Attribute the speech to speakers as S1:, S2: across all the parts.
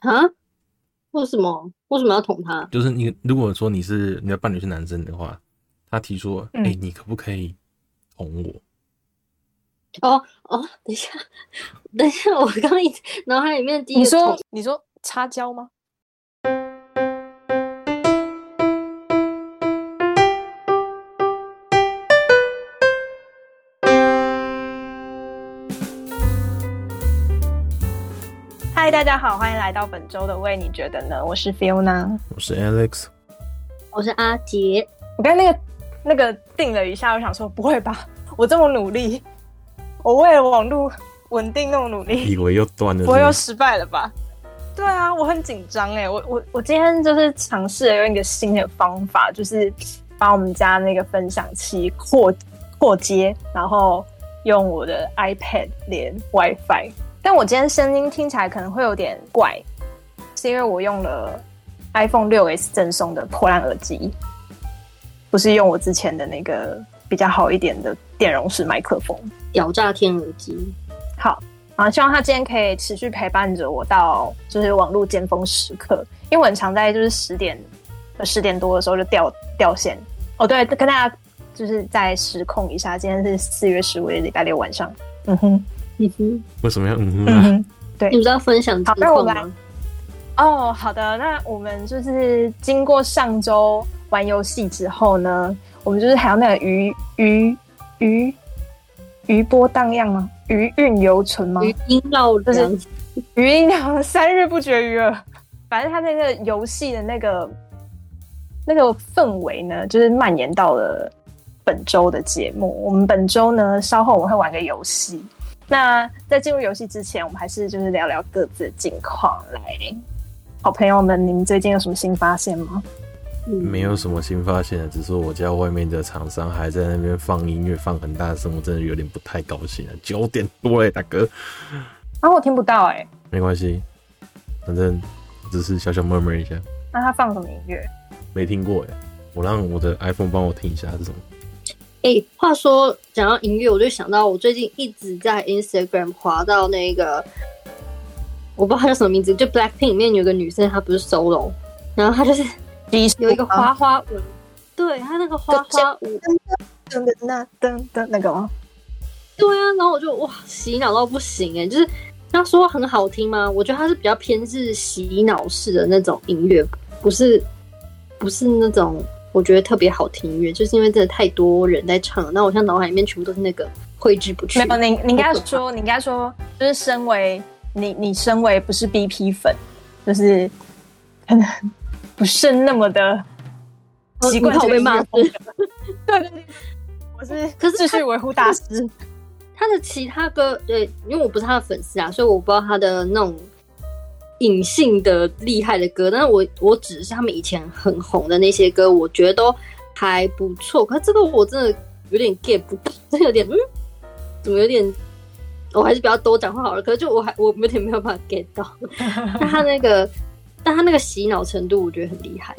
S1: 啊？为什么？为什么要捅他？
S2: 就是你如果说你是你的伴侣是男生的话，他提出，哎、
S3: 嗯
S2: 你可不可以捅我？
S1: 哦哦，等一下，等一下，我刚刚一直脑海里面第一
S3: 你
S1: 个
S3: 说
S1: 捅
S3: 你说擦胶吗？嗨，大家好，欢迎来到本周的为你觉得呢？我是 Fiona。
S2: 我是 Alex，
S1: 我是阿杰，
S3: 我刚才那个那个定了一下，我想说不会吧，我这么努力，我为了网络稳定那么努力，
S2: 以为又断了
S3: 我又
S2: 是
S3: 失败了吧？对啊，我很紧张哎，我我我今天就是尝试了用一个新的方法，就是把我们家那个分享器扩扩接，然后用我的 iPad 连 WiFi。但我今天声音听起来可能会有点怪，是因为我用了 iPhone 六 S 赠送的破烂耳机，不是用我之前的那个比较好一点的电容式麦克风。
S1: 屌炸天耳机，
S3: 好啊，希望他今天可以持续陪伴着我到就是网络尖峰时刻，因为我很常在就是十点呃十点多的时候就掉掉线。哦，对，跟大家就是再失控一下，今天是四月十五日礼拜六晚上。嗯哼，
S1: 嗯哼，
S2: 为什么要嗯哼
S3: 嗯
S2: 啊？
S3: 哼。
S1: 你们知道分享近
S3: 好那我
S1: 况
S3: 来
S1: 吗？
S3: 哦，好的，那我们就是经过上周玩游戏之后呢，我们就是还有那个余余余余波荡漾吗？余韵犹存吗？
S1: 余音绕梁，
S3: 余音娘三日不绝于耳。反正他那个游戏的那个那个氛围呢，就是蔓延到了本周的节目。我们本周呢，稍后我们会玩个游戏。那在进入游戏之前，我们还是就是聊聊各自的近况来。好朋友们，你们最近有什么新发现吗？
S1: 嗯
S2: 没有什么新发现了，只是我家外面的厂商还在那边放音乐，放很大声，我真的有点不太高兴了。九点多哎，大哥，
S3: 啊，我听不到哎、
S2: 没关系，反正只是小小 murmur 一下，
S3: 那他放什么音乐？
S2: 没听过哎。我让我的 iPhone 帮我听一下是什么？
S1: 哎、话说讲到音乐，我就想到我最近一直在 Instagram 滑到那个，我不知道她叫什么名字，就 Blackpink 里面有个女生，她不是 solo，然后她就是有一个花花舞，对她那个花花舞，
S3: 噔噔那噔噔那个吗？
S1: 对啊，然后我就哇洗脑到不行哎、就是她说很好听吗？我觉得她是比较偏是洗脑式的那种音乐，不是不是那种我觉得特别好听音乐，就是因为真的太多人在唱了，那我现在脑海里面全部都是那个挥之不去。
S3: 没有，你你应该
S1: 好可怕
S3: 说，你应该说，就是身为你，你身为不是 BP 粉，就是可能不是那么的
S1: 哦
S3: 习惯
S1: 你怕我
S3: 这个
S1: 被
S3: 音
S1: 骂
S3: 乐风格。 对对对，我是
S1: 可是
S3: 秩
S1: 他
S3: 序维护大师。
S1: 他的其他歌，对，因为我不是他的粉丝啊，所以我不知道他的那种隐性的厉害的歌。但是我我只是他们以前很红的那些歌，我觉得都还不错。可是这个我真的有点 get 不 到，真的有点嗯，怎么有点？我还是不要多讲话好了。可是就我还我有点没有办法 get 到， 但他那个，但他那个洗脑程度，我觉得很厉害。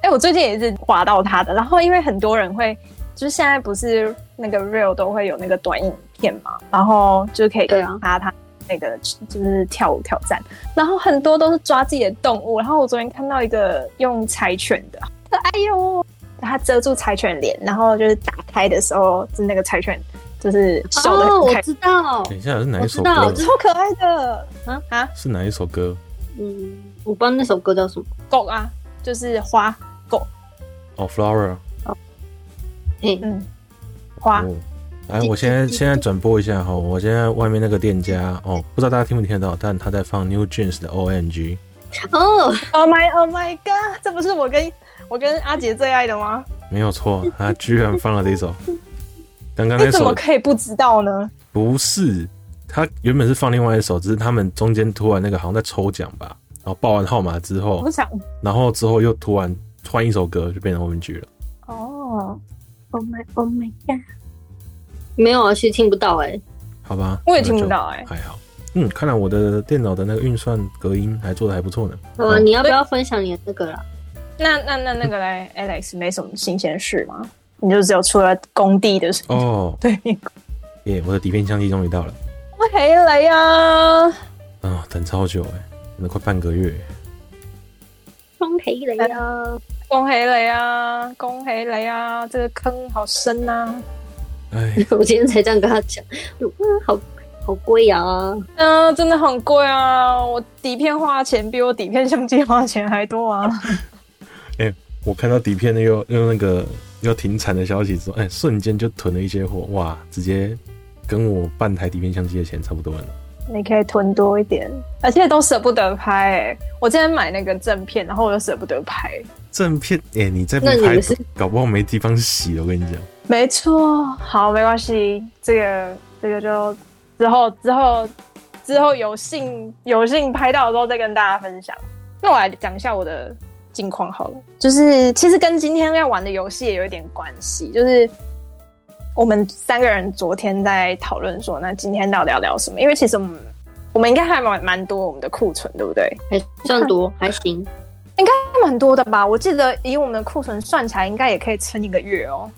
S3: 哎、我最近也是划到他的，然后因为很多人会，就是现在不是那个 real 都会有那个短影片嘛，然后就是可以
S1: 对啊
S3: 发他那个就是跳舞挑战，然后很多都是抓自己的动物，然后我昨天看到一个用柴犬的，哎呦，他遮住柴犬脸，然后就是打开的时候是那个柴犬就是笑的
S1: 哦，
S3: 很
S1: 我
S3: 开心，
S1: 知道，
S2: 等一下是哪
S1: 我
S2: 一
S1: 知
S2: 首
S1: 道
S2: 歌
S1: 我知？道
S3: 超可爱的
S1: 啊
S3: 啊
S2: 是哪一首歌？
S1: 嗯，我不知道那首歌叫什么。
S3: 狗啊，就是花狗，
S2: 哦，Flower。
S1: 嘿，
S3: 嗯，花。
S2: 哦，哎，我现在现在转播一下哈，我现在外面那个店家哦，不知道大家听不听得到，但他在放 New Jeans 的 OMG，
S1: 哦，
S3: Oh my, oh my god！这不是我跟我跟阿杰最爱的吗？
S2: 没有 错，他居然放了这首。刚刚
S3: 你
S2: 那
S3: 怎么
S2: 首
S3: 可以不知道呢？
S2: 不是，他原本是放另外一首，只是他们中间突然那个好像在抽奖吧，然后报完号码之后
S3: 我，想，
S2: 然后之后又突然换一首歌就变成 OMG 了。
S3: 哦，
S1: Oh my, oh my god！没有啊，其实听不到哎、
S2: 好吧，
S3: 我也听
S2: 那
S3: 不
S2: 就
S3: 到哎
S2: 还好。嗯，看来我的电脑的那个运算隔音还做的还不错呢。
S1: 呃、
S2: 嗯
S1: 你要不要分享你的那个啊啦？
S3: 那那那那个嘞，Alex 没什么新鲜事吗？你就只有除了工地的事。
S2: 哦，
S3: 对，
S2: 耶，我的底片相机终于到了。
S3: 我黑雷啊！
S2: 啊、等超久哎、可能快半个月。
S1: 双黑雷啊，
S3: 恭喜你啊，恭喜你啊！这个坑好深啊呐、
S2: 哎，
S1: 我今天才这样跟他讲， 就嗯，好好贵啊，
S3: 嗯、真的很贵啊！我底片花钱比我底片相机花钱还多啊！
S2: 我看到底片那又又那个又停产的消息之后，哎、瞬间就囤了一些货，哇，直接跟我半台底片相机的钱差不多了。
S3: 你可以囤多一点，而且都舍不得拍、欸。我今天买那个正片，然后我又舍不得拍。
S2: 正片，哎、你再不
S1: 那你
S2: 拍
S1: 们是，
S2: 搞不好没地方洗了。我跟你讲，
S3: 没错，好，没关系，这个这个就之后之后之后有幸有幸拍到的时候再跟大家分享。那我来讲一下我的近况好了，就是其实跟今天要玩的游戏也有一点关系，就是我们三个人昨天在讨论说，那今天到底要聊什么？因为其实我们我们应该还蛮蛮多我们的库存，对不对？
S1: 还算多，还 行。
S3: 应该蛮多的吧？我记得以我们的库存算起来，应该也可以撑一个月哦。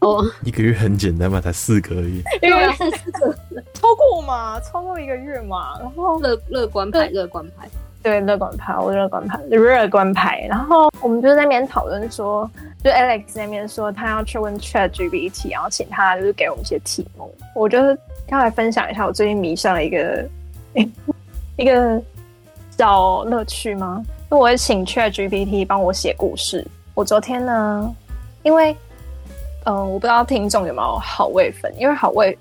S1: 哦，啊
S2: 一个月很简单嘛，才四个而已。
S3: 因为
S1: 是
S3: 超过嘛，超过一个月嘛，然后
S1: 乐 乐观派，乐观派。
S3: 对乐观牌，我乐观牌，乐观牌。然后我们就在那边讨论说，就 Alex 那边说他要去问 Chat GPT，然后请他就是给我们一些题目。我就是刚才分享一下，我最近迷上了一个 一个小乐趣吗？就我会请 Chat GPT 帮我写故事。我昨天呢，因为嗯、呃我不知道听众有没有好味粉，因为好味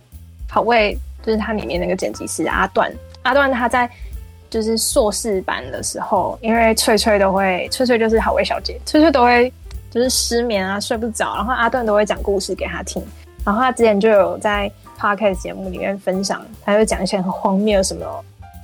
S3: 好味就是它里面那个剪辑师阿段，阿段他在就是硕士班的时候，因为翠翠都会，翠翠就是好味小姐，翠翠都会就是失眠啊，睡不着，然后阿段都会讲故事给她听，然后他之前就有在 podcast 节目里面分享，他就讲一些很荒谬的什么，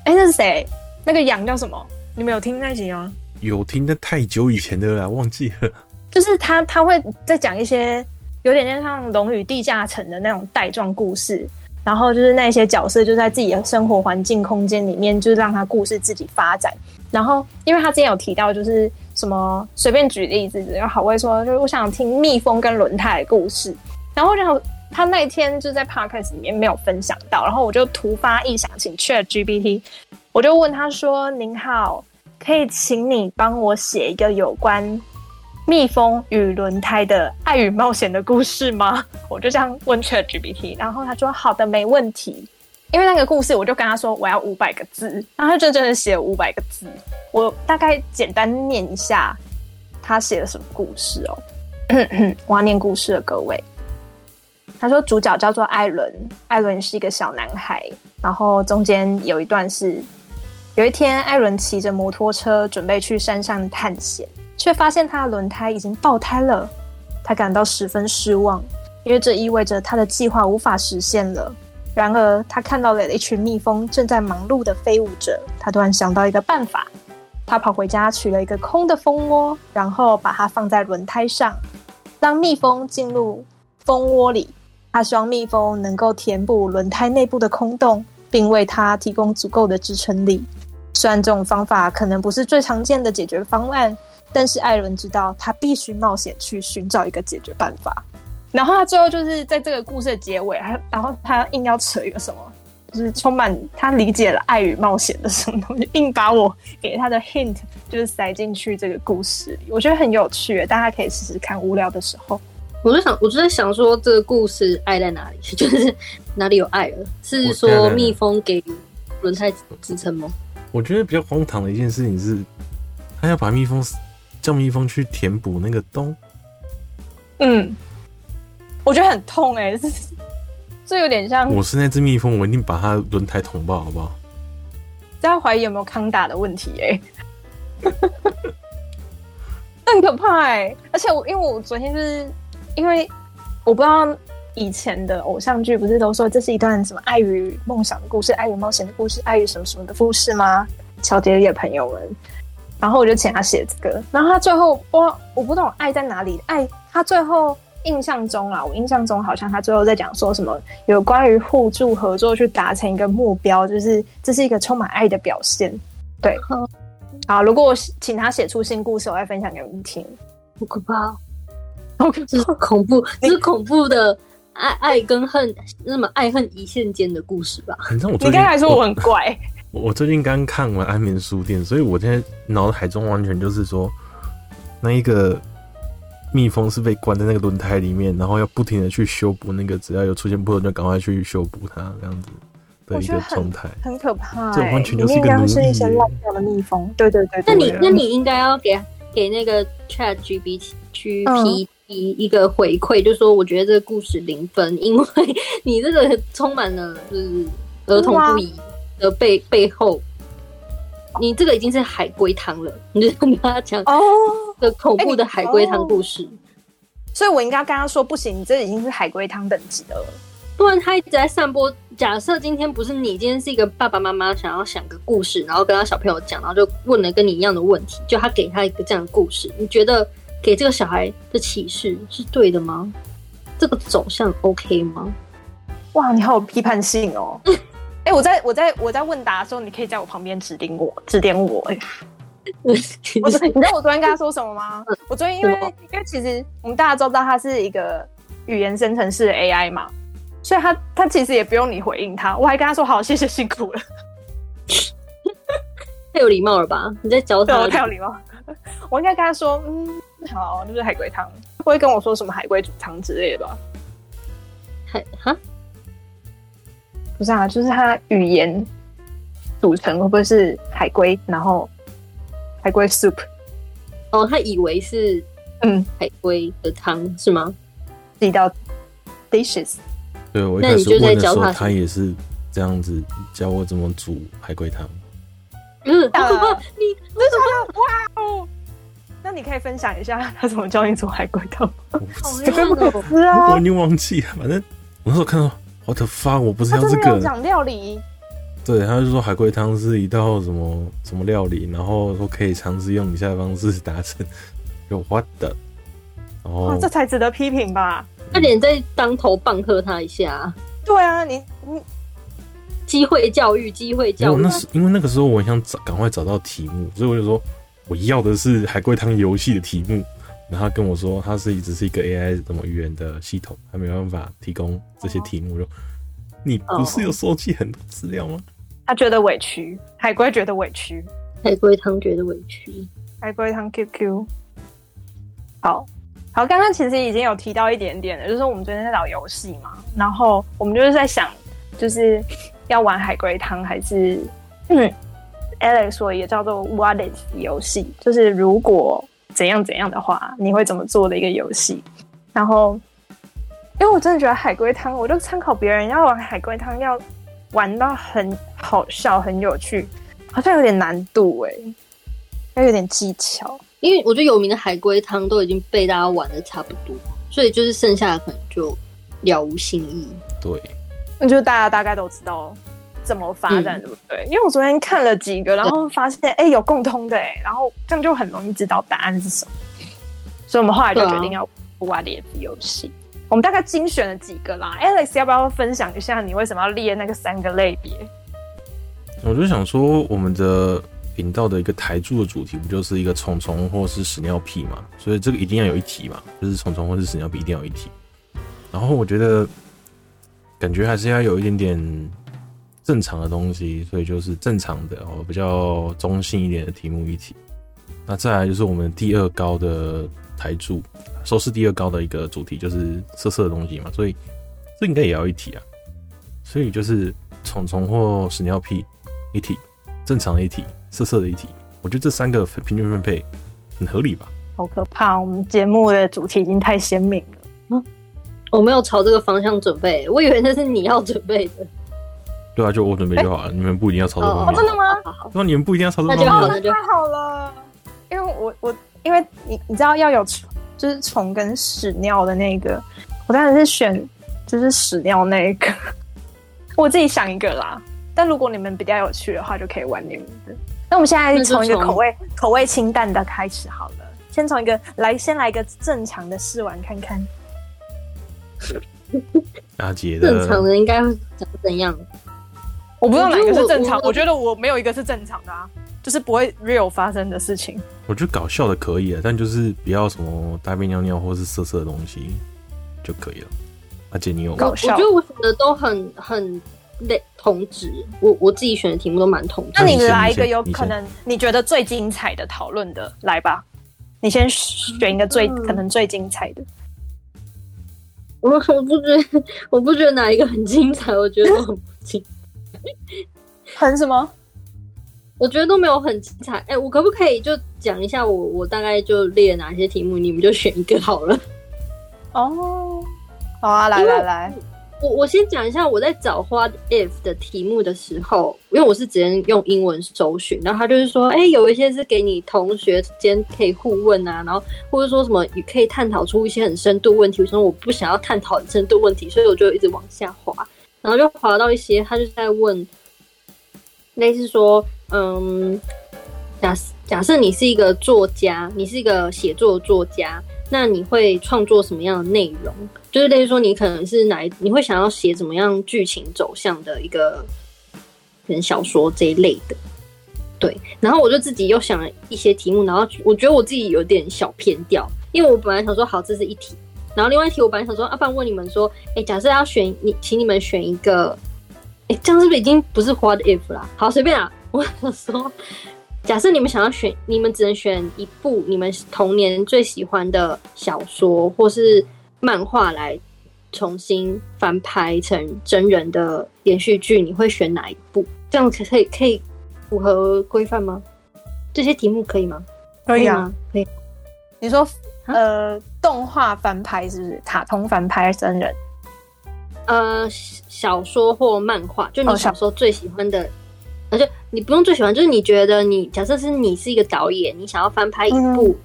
S3: 哎，那是谁？那个羊叫什么？你们有听那集吗？
S2: 有听的太久以前的了啦，忘记了。
S3: 就是他他会在讲一些有点像《龙与地下城》的那种带状故事，然后就是那些角色就在自己的生活环境空间里面，就是让他故事自己发展。然后，因为他之前有提到，就是什么随便举例子，然后好会说，就是我想听蜜蜂跟轮胎的故事。然后，然后他那一天就在 podcast 里面没有分享到，然后我就突发异想，请 Chat GPT，我就问他说：“您好，可以请你帮我写一个有关蜜蜂与轮胎的爱与冒险的故事吗？” 我就这样问 Chat GPT，然后他说：“好的，没问题。”因为那个故事，我就跟他说我要五百个字，然后他就真的写了五百个字。我大概简单念一下他写了什么故事哦。 我要念故事了，各位。他说主角叫做艾伦，艾伦是一个小男孩，然后中间有一段是，有一天艾伦骑着摩托车准备去山上探险，却发现他的轮胎已经爆胎了，他感到十分失望，因为这意味着他的计划无法实现了。然而，他看到了一群蜜蜂正在忙碌的飞舞着，他突然想到一个办法，他跑回家取了一个空的蜂窝，然后把它放在轮胎上，让蜜蜂进入蜂窝里。他希望蜜蜂能够填补轮胎内部的空洞，并为它提供足够的支撑力。虽然这种方法可能不是最常见的解决方案，但是艾伦知道他必须冒险去寻找一个解决办法。然后他最后就是在这个故事的结尾，他然后他硬要扯一个什么，就是充满他理解了爱与冒险的什么东西，硬把我给他的 hint 就是塞进去这个故事里，我觉得很有趣，大家可以试试看，无聊的时候。
S1: 我就想，我就在想说，这个故事爱在哪里？ 就是哪里有爱了？是
S2: 我当
S1: 说
S2: 然
S1: 蜜蜂给轮胎支撑吗？
S2: 我觉得比较荒唐的一件事情是，他要把蜜蜂叫蜜蜂去填补那个洞，
S3: 嗯，我觉得很痛哎、这这有点像，
S2: 我是那只蜜蜂，我一定把它轮胎捅爆，好不好？
S3: 大家怀疑有没有康打的问题哎、那 很可怕哎、而且我因为我昨天就是因为我不知道以前的偶像剧不是都说这是一段什么爱与梦想的故事、爱与冒险的故事、爱与什么什么的故事吗？乔杰的朋友们，然后我就请他写这个，然后他最后我我不懂爱在哪里，爱他最后印象中啊啦，我印象中好像他最后在讲说什么有关于互助合作去达成一个目标，就是这是一个充满爱的表现。对
S1: 好，
S3: 好，如果我请他写出新故事，我再分享给你们听。
S1: 好可怕、哦！
S3: 好可
S1: 这是恐怖，这是恐怖的爱爱跟恨，那么爱恨一线间的故事吧？
S2: 你知道我
S3: 你
S2: 最近
S3: 刚才说我很怪，
S2: 我我最近刚看完《安眠书店》，所以我现在脑海中完全就是说，那一个蜜蜂是被关在那个轮胎里面，然后要不停的去修补那个，只要有出现破绽就赶快去修补它，这样子的
S3: 我
S2: 一
S3: 觉
S2: 个
S3: 得很
S2: 状态。
S3: 很可怕、欸。
S2: 这完全
S3: 里
S2: 就是一
S3: 面
S2: 个
S3: 刚是
S2: 奴啊
S3: 一
S2: 役
S3: 些
S2: 耶
S3: 烂掉的蜜蜂。对对对
S1: 那
S3: 对。
S1: 你
S3: 对啊
S1: 那你应该要给给那个 Chat GPT G
S3: 嗯
S1: P T 一个回馈，就说我觉得这个故事零分，因为你这个充满了就是儿童不宜的背背后，你这个已经是海龟汤了，你就跟他讲
S3: 哦，哎
S1: 这恐怖的海龟汤故事，
S3: 所以我应该跟他说，不行，你这已经是海龟汤等级了。
S1: 不然他一直在散播。假设今天不是你，今天是一个爸爸妈妈想要想个故事，然后跟他小朋友讲，然后就问了跟你一样的问题，就他给他一个这样的故事，你觉得给这个小孩的启示是对的吗？这个走向 OK 吗？
S3: 哇，你好有批判性哦。
S1: 嗯
S3: 哎、我在我在我在问答的时候，你可以在我旁边指定我，指点我、哎我 昨你知道我昨天跟他说嗯什么吗？我昨天因为
S1: 什么
S3: 因为其实我们大家都知道它是一个语言生成式的 AI 嘛，所以它它其实也不用你回应它，我还跟他说好，谢谢辛苦了，
S1: 太有礼貌了吧？你在教
S3: 对啊
S1: 他
S3: 我太有礼貌了。我应该跟他说，嗯，好，那就是海龟汤，不会跟我说什么海龟煮汤之类的吧？
S1: 太哈？
S3: 不是啊，就是它语言组成会不会是海龟，然后海龟 soup？
S1: 哦，他以为是
S3: 嗯，
S1: 海龟的汤是吗？
S3: 自己到 dishes。
S2: 对我一
S1: 那
S2: 开
S1: 你
S2: 始
S1: 就在
S2: 问的时
S1: 教
S2: 候，
S1: 他
S2: 他也是这样子教我怎么煮海龟汤。
S1: 嗯，
S2: 啊
S1: 好可怕！
S3: 呃
S1: 你
S3: 哦，那你可以分享一下 他怎么教你做海龟汤？
S2: 我不
S1: 好
S2: 知
S1: 黑暗哦。
S3: 是啊
S2: 我已，经忘记了，反正我那时候看到我的发，我不是
S3: 他
S2: 要
S3: 啊真
S2: 这
S3: 的有
S2: 个，
S3: 讲料理，
S2: 对，他就说海龟汤是一道什么什么料理，然后说可以尝试用以下方式达成，有 what 的，然
S3: 哇，
S2: 后
S3: 这才值得批评吧？
S1: 他连在当头棒喝他一下啊，
S3: 对啊，你你
S1: 机会教育，机会
S2: 因为
S1: 教
S2: 我
S1: 育
S2: 那。时因为那个时候我很想找赶快找到题目，所以我就说我要的是海龟汤游戏的题目，然后他跟我说它是只是一个 AI 什么语言的系统，它没有办法提供这
S3: 哦
S2: 些题目，我就你不是有收集很多资料吗？
S3: 他觉得委屈，海龟觉得委屈，
S1: 海龟汤觉得委屈。
S3: 海龟汤 QQ。好好，刚刚其实已经有提到一点点了，就是我们昨天在打游戏嘛，然后我们就是在想，就是要玩海龟汤还是嗯，Alex 说也叫做 What is 游戏，就是如果怎样怎样的话，你会怎么做的一个游戏。然后，因为我真的觉得海龟汤，我就参考别人要玩海龟汤，要玩到很好笑、很有趣，好像有点难度哎、要有点技巧。
S1: 因为我觉得有名的海龟汤都已经被大家玩的差不多，所以就是剩下的可能就了无新意。
S2: 对，
S3: 那就大家大概都知道怎么发展，对不对？因为我昨天看了几个，然后发现哎、有共通的哎、然后这样就很容易知道答案是什么。所以我们后来就决定要玩列子游戏。我们大概精选了几个啦。Alex，要不要分享一下你为什么要列那个三个类别？
S2: 我就想说，我们的频道的一个台柱的主题不就是一个虫虫或是屎尿屁嘛？所以这个一定要有一题嘛，就是虫虫或是屎尿屁一定要有一题。然后我觉得，感觉还是要有一点点正常的东西，所以就是正常的哦，比较中性一点的题目一题。那再来就是我们第二高的台柱，收视第二高的一个主题就是色色的东西嘛，所以这应该也要一题啊。所以就是虫虫或屎尿屁一体，正常的一体，色色的一体。我觉得这三个分平均分配很合理吧？
S3: 好可怕！我们节目的主题已经太鲜明了。
S1: 我没有朝这个方向准备，我以为那是你要准备的。
S2: 对啊，就我准备就好了，你们不一定要朝这方
S1: 哎哦
S2: 面。
S3: 真的吗？
S1: 好好，
S2: 那你们不一定要朝这
S1: 那
S2: 方
S1: 就好，那
S2: 面。
S1: 就好
S3: 太好了，因为我我因为你你知道要有虫就是虫跟屎尿的那个，我当然是选就是屎尿那一个， 我自己想一个啦。但如果你们比较有趣的话，就可以玩你们的。那我们现在从一个
S1: 那就从
S3: 口味口味清淡的开始好了，先从一个来先来一个正常的试玩看看。
S2: 阿杰
S1: 正常
S2: 的，
S1: 的应该会长怎样？
S3: 我不知道哪个是正常，
S1: 我
S3: 我觉得我没有一个是正常的啊，就是不会 real 发生的事情。
S2: 我觉得搞笑的可以啊，但就是不要什么大便尿尿或是色色的东西就可以了。阿杰，你有
S1: 我
S3: 搞
S1: 我
S3: 笑
S1: 觉得我选的都很很类同质，我我自己选的题目都蛮同质
S3: 那
S2: 那。
S3: 你
S2: 你先
S3: 来一个
S2: 你先
S3: 有
S2: 你
S3: 可
S2: 先
S3: 能你觉得最精彩的讨论的，来吧。你先选一个最、
S1: 嗯
S3: 可能最精彩的。
S1: 我我不觉得 我不觉得哪一个很精彩，我觉得都很不精，
S3: 很什么？
S1: 我觉得都没有很精彩。哎、我可不可以就讲一下我我大概就列哪些题目，你们就选一个好了。
S3: 哦，好啊，来
S1: 因为
S3: 来来，
S1: 我我先讲一下，我在找花 if 的题目的时候，因为我是直接用英文搜寻，然后他就是说，哎、有一些是给你同学之间可以互问啊，然后或者说什么也可以探讨出一些很深度问题。我说我不想要探讨很深度问题，所以我就一直往下滑，然后就滑到一些他就在问，类似说，嗯，假假设你是一个作家，你是一个写作作家，那你会创作什么样的内容？就是类似说，你可能是哪一，你会想要写怎么样剧情走向的一个，可能小说这一类的。对，然后我就自己又想了一些题目，然后我觉得我自己有点小偏掉，因为我本来想说好，这是一题，然后另外一题我本来想说，啊，不然问你们说，哎，假设要选你，请你们选一个，哎，这样是不是已经不是 what if 啦？好，随便啦， 我想说，假设你们想要选，你们只能选一部你们童年最喜欢的小说或是漫画来重新翻拍成真人的连续剧，你会选哪一部？这样可可以可以符合规范吗？这些题目可以吗？
S3: 可
S1: 可以吗？可以。
S3: 啊你说呃，动画翻拍是不是？卡通翻拍真人？
S1: 呃，小小说或漫画，就你
S3: 哦小
S1: 小时候最喜欢的，而且你不用最喜欢，就是你觉得你假设是你是一个导演，你想要翻拍一
S3: 嗯
S1: 部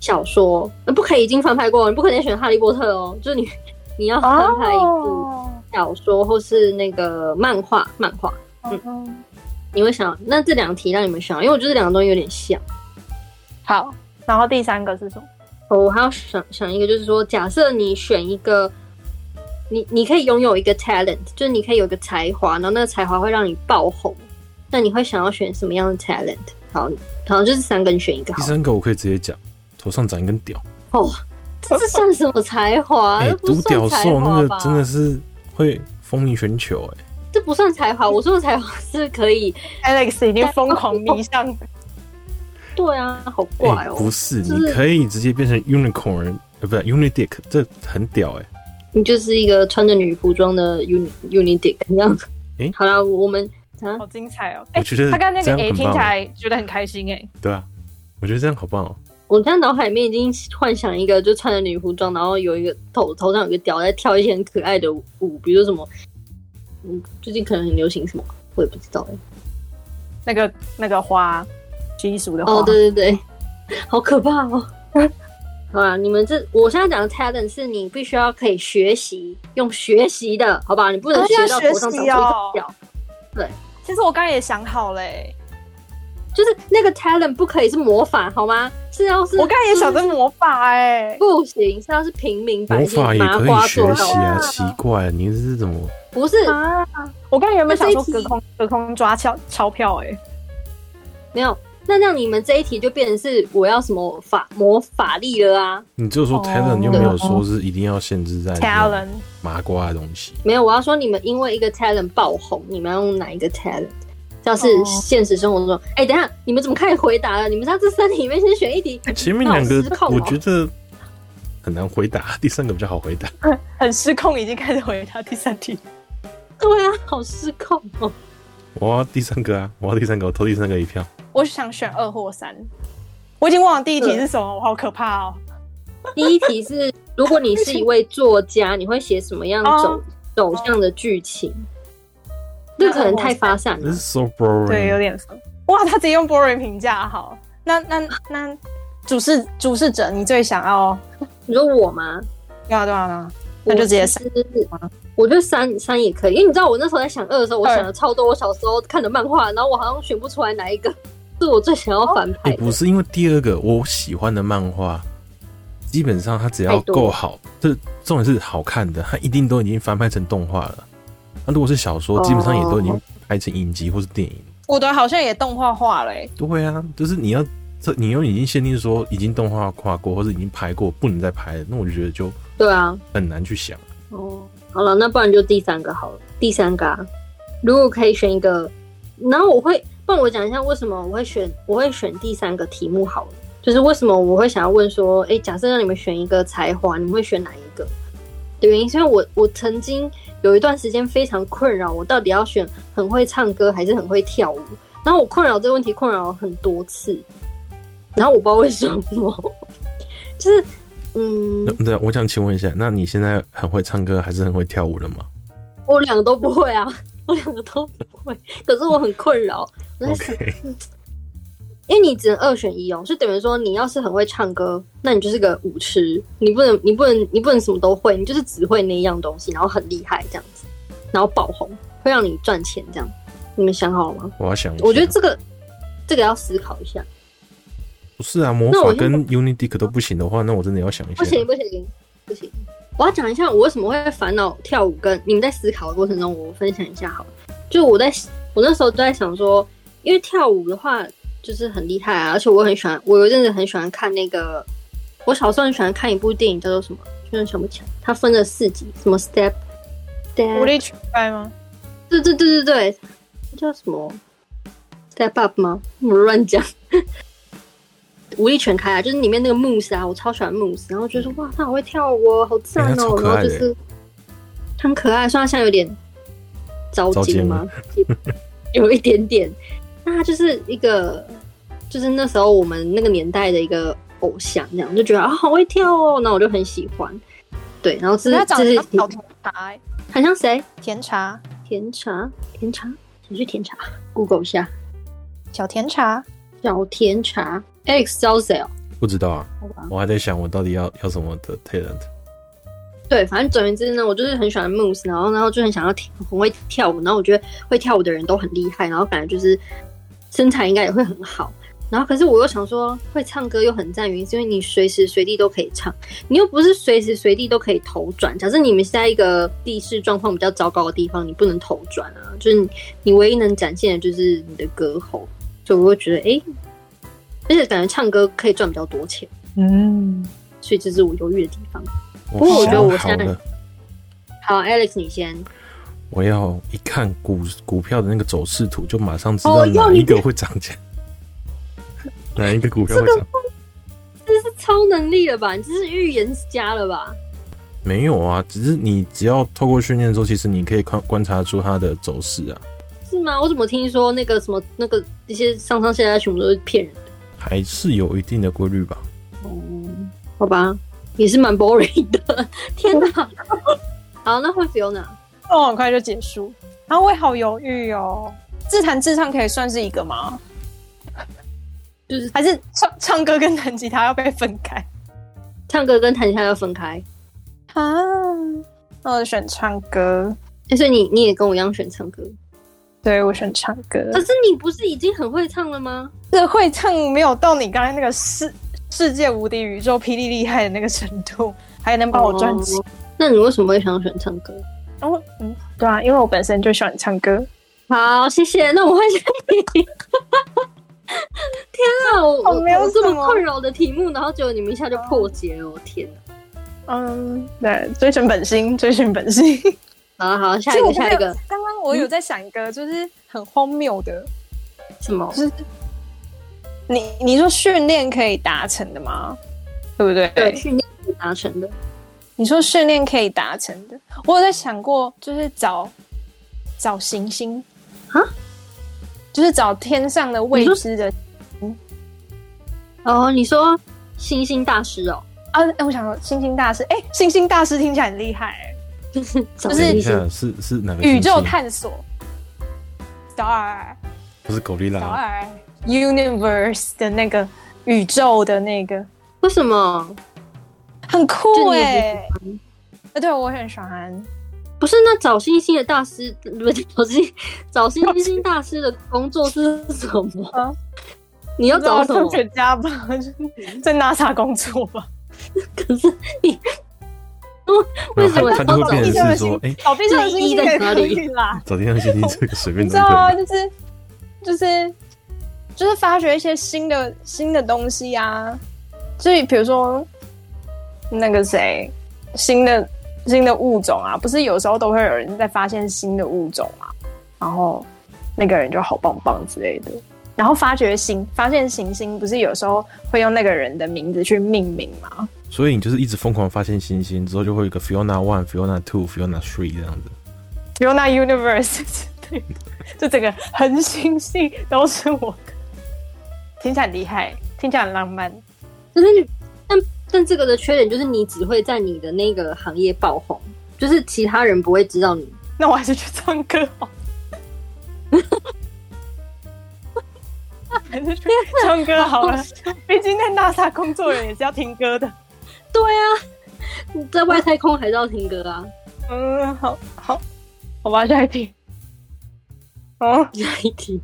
S1: 小说，呃不可以已经翻拍过了，你不可能选《哈利波特》哦，就是你你要翻拍一部
S3: 哦
S1: 小说或是那个漫画，漫画。
S3: 嗯
S1: 你会想，那这两题让你们想，因为我觉得这两个东西有点像。
S3: 好，然后第三个是什么？
S1: 哦，我还要想想一个，就是说，假设你选一个，你你可以拥有一个 talent，就是你可以有一个才华，然后那个才华会让你爆红，那你会想要选什么样的 talent？好，好，就是三个你选一个
S2: 第
S1: 好了。
S2: 三个我可以直接讲，头上长一根屌，
S1: 哦，这是算什么才华？
S2: 哎、
S1: 这不
S2: 独屌
S1: 算才
S2: 兽
S1: 华
S2: 那
S1: 吧
S2: 个？真的是会风靡全球、哎，
S1: 这不算才华。我说的才华 是可以，
S3: Alex 已经疯狂迷上，
S1: 对啊，好
S2: 哎、
S1: 怪哦。
S2: 不是，
S1: 就
S2: 你
S1: 是
S2: 可以直接变成 unicorn，呃，不是 unidick，这很屌哎、
S1: 你就是一个穿着女仆装的 uni uni dick 这样。
S2: 哎
S1: 好了，我们啊，
S3: 好精彩哦！
S2: 我觉得
S3: 他刚刚那
S2: 这样
S3: 个 A
S2: 很
S3: 听起
S2: 棒
S3: 来觉得很开心哎，
S2: 对啊，我觉得这样好棒哦、
S1: 我现在脑海里面已经幻想一个，就穿着女服装，然后有一个头头上有个屌，在跳一些很可爱的舞，比如说什么，嗯，最近可能很流行什么，我也不知道哎、
S3: 那个那个花，习俗的花。
S1: 哦，对对对，好可怕哦！好啦，你们这我现在讲的 talent 是你必须要可以学习，用学习的，好吧？你不能
S3: 啊
S1: 学到
S3: 要学
S1: 头上长出一
S3: 习哦
S1: 个屌，
S3: 其实我刚刚也想好嘞，
S1: 就是那个 talent 不可以是魔法，好吗？是要是
S3: 我刚刚也想着魔法哎，
S1: 不行，是要是平民百
S2: 魔
S1: 姓
S2: 法也
S1: 麻
S2: 可
S1: 瓜做
S2: 以学
S1: 到
S2: 习
S1: 的，
S2: 啊，
S3: 哇
S2: 奇怪，你这是怎么？
S1: 不是
S3: 啊！我刚刚原本想说
S1: 那这
S3: 隔
S1: 一题
S3: 空隔空抓钞钞票哎，
S1: 没有，那让你们这一题就变成是我要什么法魔法力了啊？
S2: 你就说
S3: 哦
S2: talent 又没有说是一定要限制在
S3: talent
S2: 麻瓜的东西，
S1: 没有，我要说你们因为一个 talent 爆红，你们要用哪一个 talent？要是
S3: 哦
S1: 现实生活中，哎、等一下你们怎么开始回答了？你们在这三题里面先选一题，
S2: 哎前面两
S1: 哎那
S2: 个
S1: 我失控哦
S2: 我觉得很难回答，第三个比较好回答。
S3: 很失控，已经开始回答第三题。
S1: 对啊，好失控哦。
S2: 我要第三个啊，我要第三个，我投第三个一票。
S3: 我想选二或三，我已经忘了第一题是什么，我好可怕哦！
S1: 第一题是，如果你是一位作 家，你会写什么样走
S3: 哦
S1: 走向的剧情？这可能太发散了
S2: 这是。so
S3: 对，有
S2: boring。
S3: 点疯。哇，他直接用 boring 评价，好，那那那主事主事者，你最想要？
S1: 你说我吗？
S3: 对啊对啊对啊，那就直接删。
S1: 我觉得三三也可以，因为你知道我那时候在想二的时候，我想了超多我小时候看的漫画，然后我好像选不出来哪一个 是我最想要翻
S2: 哎、
S1: 拍的。
S2: 不是因为第二个我喜欢的漫画，基本上它只要
S1: 太多了
S2: 够好，这重点是好看的，它一定都已经翻拍成动画了。那如果是小说，
S1: 哦
S2: 基本上也都已经拍成影集或是电影。
S3: 我的好像也动画化了、欸，
S2: 对啊，就是你要这，你又已经限定说已经动画化过，或者已经拍过，不能再拍了，那我就觉得就
S1: 对啊，
S2: 很难去想。
S1: 哦，好了，那不然就第三个好了，第三个、啊，如果可以选一个，然后我会帮我讲一下为什么我会选，我会选第三个题目好了，就是为什么我会想要问说，诶，假设让你们选一个才华，你们会选哪一个？的原因是因为我我曾经有一段时间非常困扰，我到底要选很会唱歌还是很会跳舞？然后我困扰这个问题困扰了很多次，然后我不知道为什么， 就是嗯
S2: 那，对，我想请问一下，那你现在很会唱歌还是很会跳舞了吗？
S1: 我两个都不会啊， 我两个都不会，可是我很困扰，我在想
S2: OK
S1: 嗯因为你只能二选一哦，就等于说你要是很会唱歌，那你就是个舞痴，你不能你不能你不能什么都会，你就是只会那一样东西，然后很厉害这样子，然后爆红，会让你赚钱这样，你们想好了吗？
S2: 我要想一下，
S1: 我觉得这个这个要思考一下，
S2: 不是啊，魔
S1: 那我
S2: 法
S1: 先
S2: 跟 Unidic 都不行的话，那我真的要想一
S1: 不。
S2: 下
S1: 行不行不行，我要讲一下我为什么会烦恼跳舞跟你们在思考的过程中，我分享一下好了。就我在我那时候就在想说，因为跳舞的话就是很厉害啊，而且我很喜欢，我有一阵子很喜欢看那个，我小时候很喜欢看一部电影叫做什么，居然想不起来，它分了四集，什么 Step Step
S3: 无力取代吗？
S1: 对对对对对，叫什么 Step Up 吗？我乱讲。 武力全开啊，就是里面那个 Moose 啊，我超喜欢 Moose，然后就说哇，他好会跳舞哦，好赞
S2: 欸他超
S1: 哦，
S2: 可
S1: 然后
S2: 爱
S1: 就
S2: 的
S1: 是很可爱，虽然他现在有点糟
S2: 糟
S1: 心
S2: 心
S1: 吗？ 有一点点，那他就是一个，就是那时候我们那个年代的一个偶像，这样就觉得啊，好会跳哦，那我就很喜欢。对，然后这
S3: 人
S1: 是
S3: 家长
S1: 这
S3: 得
S1: 是
S3: 像小甜茶、欸，
S1: 很像谁？
S3: 甜茶，
S1: 甜茶，甜茶，想去甜茶，Google 一下
S3: 小甜茶，
S1: 小甜茶。Alex 知道是谁哦？
S2: 不知道啊，
S1: 好吧
S2: 我还在想我到底要要什么的 talent。
S1: 对，反正总而言之呢，我就是很喜欢 Moose，然后然后就很想要跳，很会跳舞，然后我觉得会跳舞的人都很厉害，然后感觉就是身材应该也会很好。然后可是我又想说，会唱歌又很赞，原因是因为你随时随地都可以唱，你又不是随时随地都可以头转。假设你们是在一个地势状况比较糟糕的地方，你不能头转啊，就是你你唯一能展现的就是你的歌喉，所以我会觉得，诶，而且感觉唱歌可以赚比较多钱，
S3: 嗯，
S1: 所以这是我犹豫的地方。
S2: 不
S1: 过我觉得我
S2: 好
S1: 现在
S2: 了，
S1: 好，Alex 你先。
S2: 我要一看股股票的那个走势图，就马上知道
S1: 哦要
S2: 哪
S1: 你
S2: 一个会涨价， 哪一个股票会
S1: 这个
S2: 涨。
S1: 这是超能力了吧？你这是预言家了吧？
S2: 没有啊，只是你只要透过训练之后，其实你可以观观察出它的走势啊，
S1: 是吗？我怎么听说那个什么那个一些上上下下全部都是骗人的？
S2: 还是有一定的规律吧。
S1: 哦、好吧，也是蛮 boring 的。 天哪！好，那换 Fiona。
S3: 哦，很快就结束。然后我也好犹豫哦，自弹自唱可以算是一个吗？
S1: 就是
S3: 还是唱唱歌跟弹吉他要被分开
S1: 唱歌跟弹吉他要分开，
S3: 啊？那哦我选唱歌，
S1: 欸所以你你也跟我一样选唱歌，
S3: 对我选唱歌。
S1: 可是你不是已经很会唱了吗？
S3: 这会唱没有到你刚才那个世世界无敌宇宙霹雳厉害的那个程度，还能帮我赚钱。
S1: 哦那你为什么会想要选唱歌？
S3: 然后嗯，对啊，因为我本身就喜欢唱歌。
S1: 好，谢谢。那我换下你。天啊，我
S3: 我没有
S1: 这
S3: 什
S1: 么
S3: 么
S1: 困扰的题目，然后结果你们一下就破解了，我天哪！
S3: 嗯，对，追寻本心，追寻本心。
S1: 好好，下
S3: 其
S1: 一
S3: 实我
S1: 个，
S3: 刚
S1: 下
S3: 刚
S1: 一
S3: 有
S1: 个
S3: 刚刚我有在想一个，就是很荒谬的，
S1: 什么？
S3: 就是你你说训练可以达成的吗？对不对？
S1: 对，训练达成的。
S3: 你说训练可以达成的，我有在想过，就是找找行星
S1: 啊，
S3: 就是找天上的未
S1: 你说
S3: 知的
S1: 哦，你说星星大师哦，
S3: 啊！哎，我想说星星大师，哎，星星大师听起来很厉害、哎
S1: 就是就
S3: 就是
S2: 等一
S1: 星
S2: 下
S1: 星
S2: 啊是是哪个
S3: 宇宙
S2: 星系啊
S3: 探索，star
S2: 不是狗力拉啊，
S3: star universe 的那个宇宙的那个，
S1: 为什么？
S3: 很酷
S1: 就你
S3: 哎、
S1: 也
S3: 哎，对我很喜欢，
S1: 不是那找星星的大师，不是找星 找星星大师的工作是什么？
S3: 啊
S1: 你要找什
S3: 科
S1: 么？
S3: 学家吧， 就是在 NASA 工作吧。
S1: 可是你，为什么
S2: 他就
S1: 要
S2: 会
S1: 找
S2: 变
S1: 地
S3: 上
S2: 成
S3: 的
S2: 是说，哎、
S3: 哦，地上的星星也可以啦，
S2: 找天上星星这个随便
S3: 你
S2: 都
S3: 知
S2: 可
S3: 道啊，
S2: 以。
S3: 就是就是就是发掘一些新的新的东西啊。所以比如说那个谁，新的新的物种啊，不是有时候都会有人在发现新的物种嘛？然后那个人就好棒棒之类的。然后发掘行发现行星，不是有时候会用那个人的名字去命名吗？
S2: 所以你就是一直疯狂发现星星，之后就会有一个 Fiona One、Fiona Two、Fiona Three 这样子。
S3: Fiona Universe，对， 就整个恒星系都是我的，听起来很厉害，听起来很浪漫。
S1: 可是你，但但这个的缺点就是你只会在你的那个行业爆红，就是其他人不会知道你。
S3: 那我还是去唱歌好了，还是去唱歌好了。毕竟在 NASA 工作人也是要听歌的。
S1: 对啊， 你在外太空还是要听歌啊。
S3: 嗯，好好，好吧，下一题。哦，
S1: 下一题，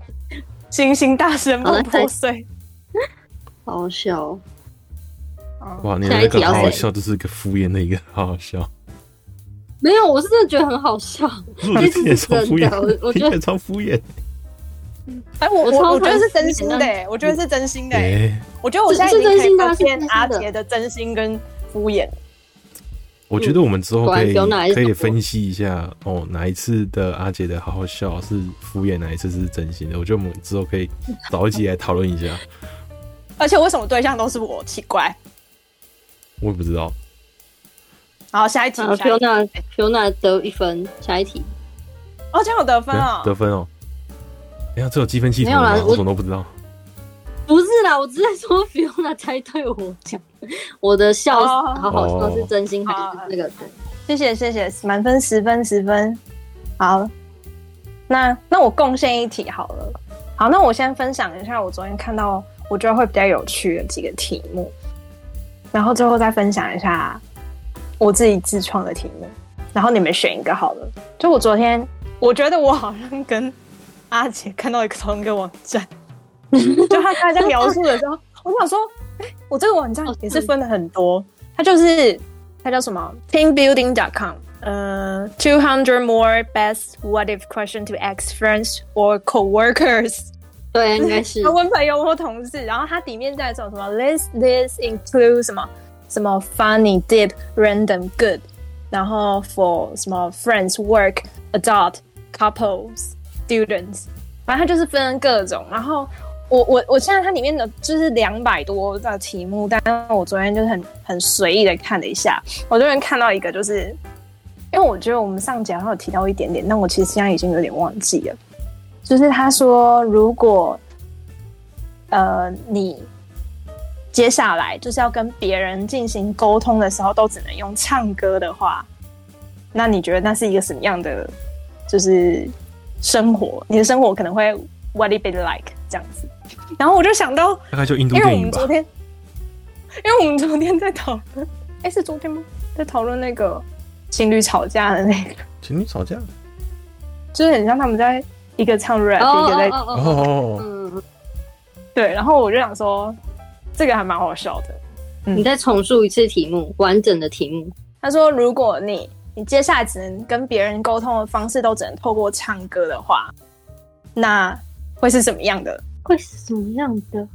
S3: 星星大神
S1: 好了
S3: 梦破碎。
S1: 好好笑、哦。
S3: 哦
S2: 哇，你的
S1: 下一
S2: 那个
S1: 题要
S2: 好好
S1: 谁
S2: 笑，这是一个敷衍的一个好 好笑。
S1: 没有，我是真的觉得很好笑。
S2: 可是我觉得听起来超
S1: 这次是真
S2: 敷衍
S1: 的，我我觉
S2: 听起
S1: 得
S2: 来超敷衍。
S3: 哎，我
S1: 我超
S3: 我我觉得是
S1: 烦
S3: 真心的
S1: 死
S3: 欸，我觉得是真心的欸。
S2: 哎，
S3: 我觉得我现在
S1: 是
S3: 已经
S1: 是
S3: 可以
S1: 真心的啊
S3: 分
S1: 是真
S3: 辨
S1: 心的
S3: 阿杰的真心跟敷衍。
S2: 我觉得我们之后
S1: 果
S2: 可
S1: 然
S2: 以
S1: Fiona 还是
S2: 可以
S1: 懂我
S2: 分析一下哦，哪一次的阿杰的好好笑是敷衍，哪一次是真心的？我觉得我们之后可以找一集来讨论一 下。
S3: 而且为什么对象都是我？奇怪。
S2: 我也不知道，
S3: 好，下一题。
S1: 啊
S3: 下一题
S1: ，Fiona Fiona 得一分，下一题。
S3: 哦，这样有得分
S2: 哎
S3: 哦。
S2: 得分哦。哎呀，这有积分系统
S1: 没有啦
S2: 吗？
S1: 我
S2: 怎么都不知道？
S1: 不是啦，我只是说 Fiona 才对我讲，我的笑
S3: 哦
S1: 好好笑
S2: 哦
S1: 是真心还是那个？
S3: 谢谢谢谢，满分十分十分。好，那那我贡献一题好了。好，那我先分享一下我昨天看到我觉得会比较有趣的几个题目，然后最后再分享一下我自己自创的题目，然后你们选一个好了。就我昨天，我觉得我好像跟阿姐看到一个同一个网站，就她她在描述的时候，我想说，哎、我这个网站也是分了很多，它就是它叫什么 teambuilding.com，呃，two hundred more best what if question to ex friends or coworkers。
S1: 对，应该 是
S3: 他问朋友或同事，然后它里面在说什么 this this include 什么什么 funny deep random good，然后 for 什么 friends work adult couples students，反正它就是分各种。然后我我我现在它里面的就是两百多的题目，但我昨天就是很很随意的看了一下，我昨天看到一个就是。因为我觉得我们上集好像有提到一点点，但我其实现在已经有点忘记了。就是他说，如果呃，你接下来就是要跟别人进行沟通的时候，都只能用唱歌的话，那你觉得那是一个什么样的就是生活？你的生活可能会 what it be like 这样子。然后我就想到，
S2: 大概就印度
S3: 因为
S2: 电
S3: 我
S2: 影
S3: 们
S2: 吧
S3: 昨。天，因为我们昨天在讨论，哎，是昨天吗？在讨论那个情侣吵架的那个，
S2: 情侣吵架？
S3: 就是很像他们在一个唱 rap，、一个在
S1: 哦
S2: 哦
S1: 哦哦，
S2: 哦，
S1: 嗯，
S3: 对。然后我就想说，这个还蛮好笑的。
S1: 你再重述一次题目，完整的题目。
S3: 他说，如果你你接下来只能跟别人沟通的方式都只能透过唱歌的话，那会是什么样的？
S1: 会是什么样的？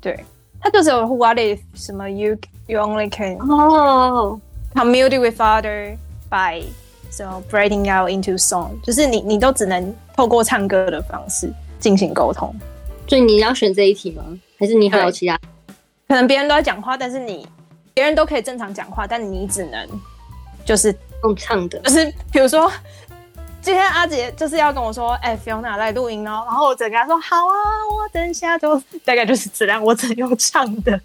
S3: 对，他就是有 What if 什么 you you only can
S1: 哦，
S3: communicate with other by so breaking out into song，就是你你都只能透过唱歌的方式进行沟通。
S1: 所以你要选这一题吗？还是你还有其他？
S3: 可能别人都在讲话，但是你别人都可以正常讲话，但你只能就是
S1: 用唱的，
S3: 就是比如说，今天阿杰就是要跟我说，哎、不 f i o n a 来录音哦，然后我整个跟他说好啊，我等一下就大概就是质量，我只能用唱的，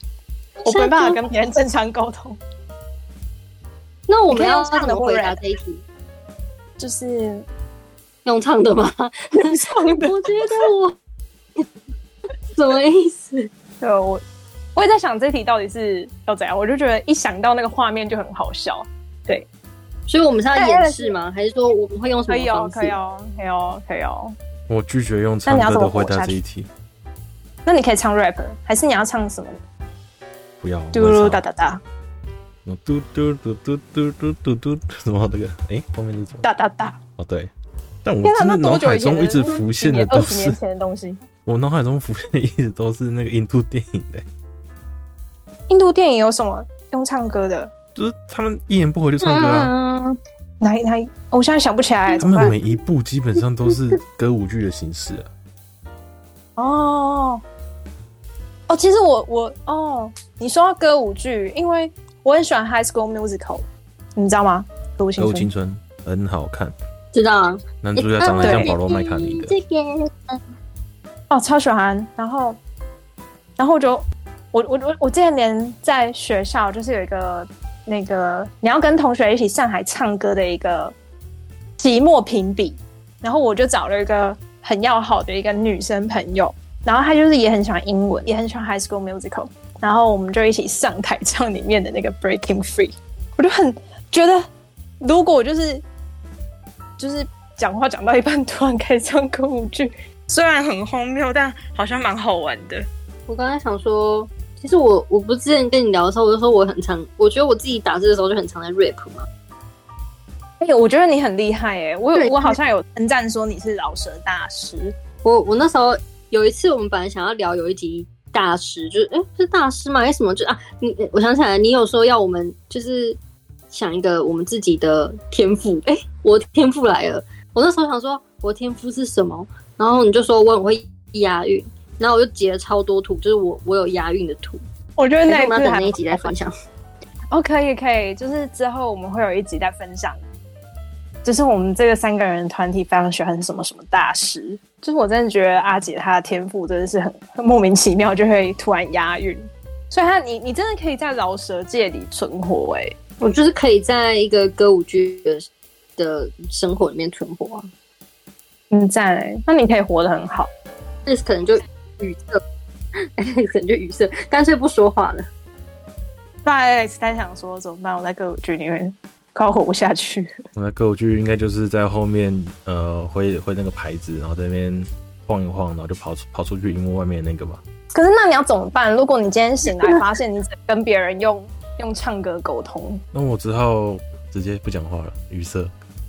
S3: 我没办法跟别人正常沟通，
S1: 那我们要
S3: 你可以用唱的
S1: 怎么回答
S3: 不然
S1: 这一题？
S3: 就是嗯
S1: 用唱的吗？
S3: 唱的。
S1: 我觉得我 什么意思？
S3: 对，我我也在想这题到底是要怎样，我就觉得一想到那个画面就很好笑。
S1: 所以我们是要演示吗？还是说我们会用什
S3: 可以
S1: 么
S3: 哦，
S1: 方
S3: 可以
S1: 式？
S3: 哦，可以哦，可以哦。
S2: 我拒绝用唱
S3: 那你要
S2: 歌
S3: 怎
S2: 的
S3: 么
S2: 回
S3: 活
S2: 答
S3: 下
S2: 这
S3: 去
S2: 一题，
S3: 那你可以唱 rap，还是你要唱什么？
S2: 不要。
S3: 嘟噜
S2: 我
S3: 哒
S2: 唱
S3: 哒哒
S2: 什么嘟嘟嘟嘟嘟嘟嘟嘟 嘟，什么那个？哎，后面是什么？
S3: 哒哒哒。
S2: 哦，对。但我
S3: 天哪，
S2: 真的
S3: 那
S2: 脑
S3: 多久
S2: 海
S3: 以前
S2: 中
S3: 的？
S2: 一直浮现的
S3: 二
S2: 都
S3: 十年
S2: 是，
S3: 前的东西。
S2: 我脑海中浮现的一直都是那个印度电影的，
S3: 印度电影有什么用唱歌的？
S2: 就是他们一言不合就唱歌啊。
S1: 嗯，
S3: 哪一哪一？哦我现在想不起来，
S2: 他
S3: 怎么
S2: 们
S3: 办？
S2: 每一部基本上都是歌舞剧的形式啊。
S3: 哦哦，其实我我哦，你说到歌舞剧，因为我很喜欢《High School Musical》，你知道吗？歌舞青
S2: 歌舞
S3: 春。
S2: 哦青春很好看，
S1: 知道嗯啊？
S2: 男主角长
S3: 嗯
S2: 得像保罗麦卡尼的，
S3: 哦，超喜欢。然后，然后我就我我我我之前连在学校就是有一个那个你要跟同学一起上海唱歌的一个期末评比，然后我就找了一个很要好的一个女生朋友，然后她就是也很喜欢英文，也很喜欢 High School Musical，然后我们就一起上台唱里面的那个 Breaking Free，我就很觉得，如果我就是就是讲话讲到一半突然开始唱歌舞剧。虽然很荒谬，但好像蛮好玩的。
S1: 我刚才想说，其实我我不是之前跟你聊的时候，我就说我很常，我觉得我自己打字的时候就很常在 rap 嘛。
S3: 哎、我觉得你很厉害哎、我
S1: 对
S3: 有我好像有称赞说你是饶舌大师。
S1: 我我那时候有一次，我们本来想要聊有一集大师，就是哎、诶是大师吗？还是什么？就啊，你我想起来，你有说要我们就是想一个我们自己的天赋。哎、我天赋来了！我那时候想说我天赋是什么，然后你就说我很会押韵，然后我就截了超多图，就是我我有押韵的图。
S3: 我觉得
S1: 但
S3: 那
S1: 是
S3: 一
S1: 我们要
S3: 次
S1: 等
S3: 还
S1: 那一集再分享。
S3: 哦，可以可以，就是之后我们会有一集在分享，就是我们这个三个人团体非常喜欢什么什么大师。就是我真的觉得阿姐她的天赋真的是很很莫名其妙，就会突然押韵。所以她你你真的可以在饶舌界里存活哎、
S1: 我就是可以在一个歌舞剧的的生活里面存活啊，
S3: 嗯赞哎、那你可以活得很好。
S1: 那可能就语塞， 那可能就语塞，干脆不说话了。
S3: 大 Alex 他想说怎么办？我在歌舞剧里面快要活不下去。
S2: 那歌舞剧应该就是在后面呃挥挥那个牌子，然后在那边晃一晃，然后就跑出跑出去荧幕外面的那个吧。
S3: 可是那你要怎么办？如果你今天醒来发现你只跟别人用用唱歌沟通，
S2: 那我只好直接不讲话了，语塞。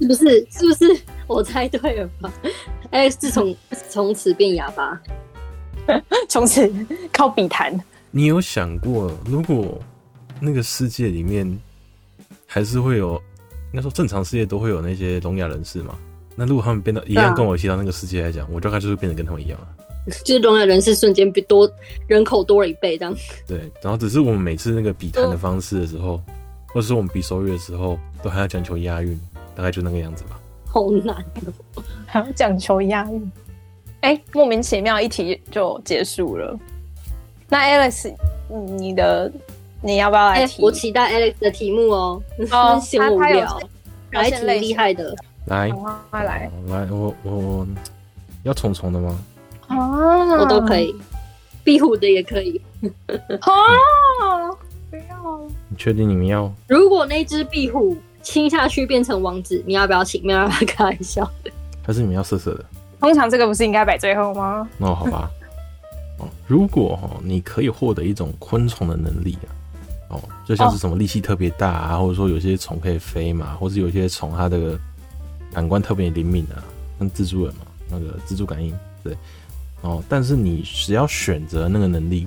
S1: 是不是？是不是？我猜对了吧？哎，自从从此变哑巴，
S3: 从此靠笔谈，
S2: 你有想过，如果那个世界里面还是会有，应该说正常世界都会有那些聋哑人士嘛？那如果他们变到一样跟我一起到那个世界来讲，我大概就是变得跟他们一样了。
S1: 就是聋哑人士瞬间比多人口多了一倍，这样
S2: 对，然后只是我们每次那个比谈的方式的时候，或者是我们比手语的时候，都还要讲求押韵，大概就那个样子吧。
S1: 好难哦。
S3: 还要讲求押韵。哎、莫名其妙一题就结束了。那 Alex，你你的你要不要来
S1: 哎，
S3: 提？
S1: 我期待 Alex 的题目哦，
S3: 哦
S1: 嫌我无
S3: 他他有
S1: 聊，
S3: 表
S1: 来
S3: 现
S1: 挺
S3: 类
S1: 厉
S3: 型
S1: 害的。
S2: 来，
S3: 赶快来
S2: 好来，我我我要虫虫的吗？
S3: 啊
S1: 我都可。以，壁虎的也可以。
S3: 哦，不要。
S2: 你确定你们要？
S1: 如果那只壁虎亲下去变成王子，你要不要请？没有办法开玩笑。
S2: 还是你们要色色的？
S3: 通常这个不是应该摆最后吗？
S2: 那好吧。哦，如果哦，你可以获得一种昆虫的能力啊，哦，就像是什么力气特别大啊，或者说有些虫可以飞嘛，或是有些虫它的感官特别灵敏啊，像蜘蛛人嘛，那个蜘蛛感应，对。哦，但是你只要选择那个能力，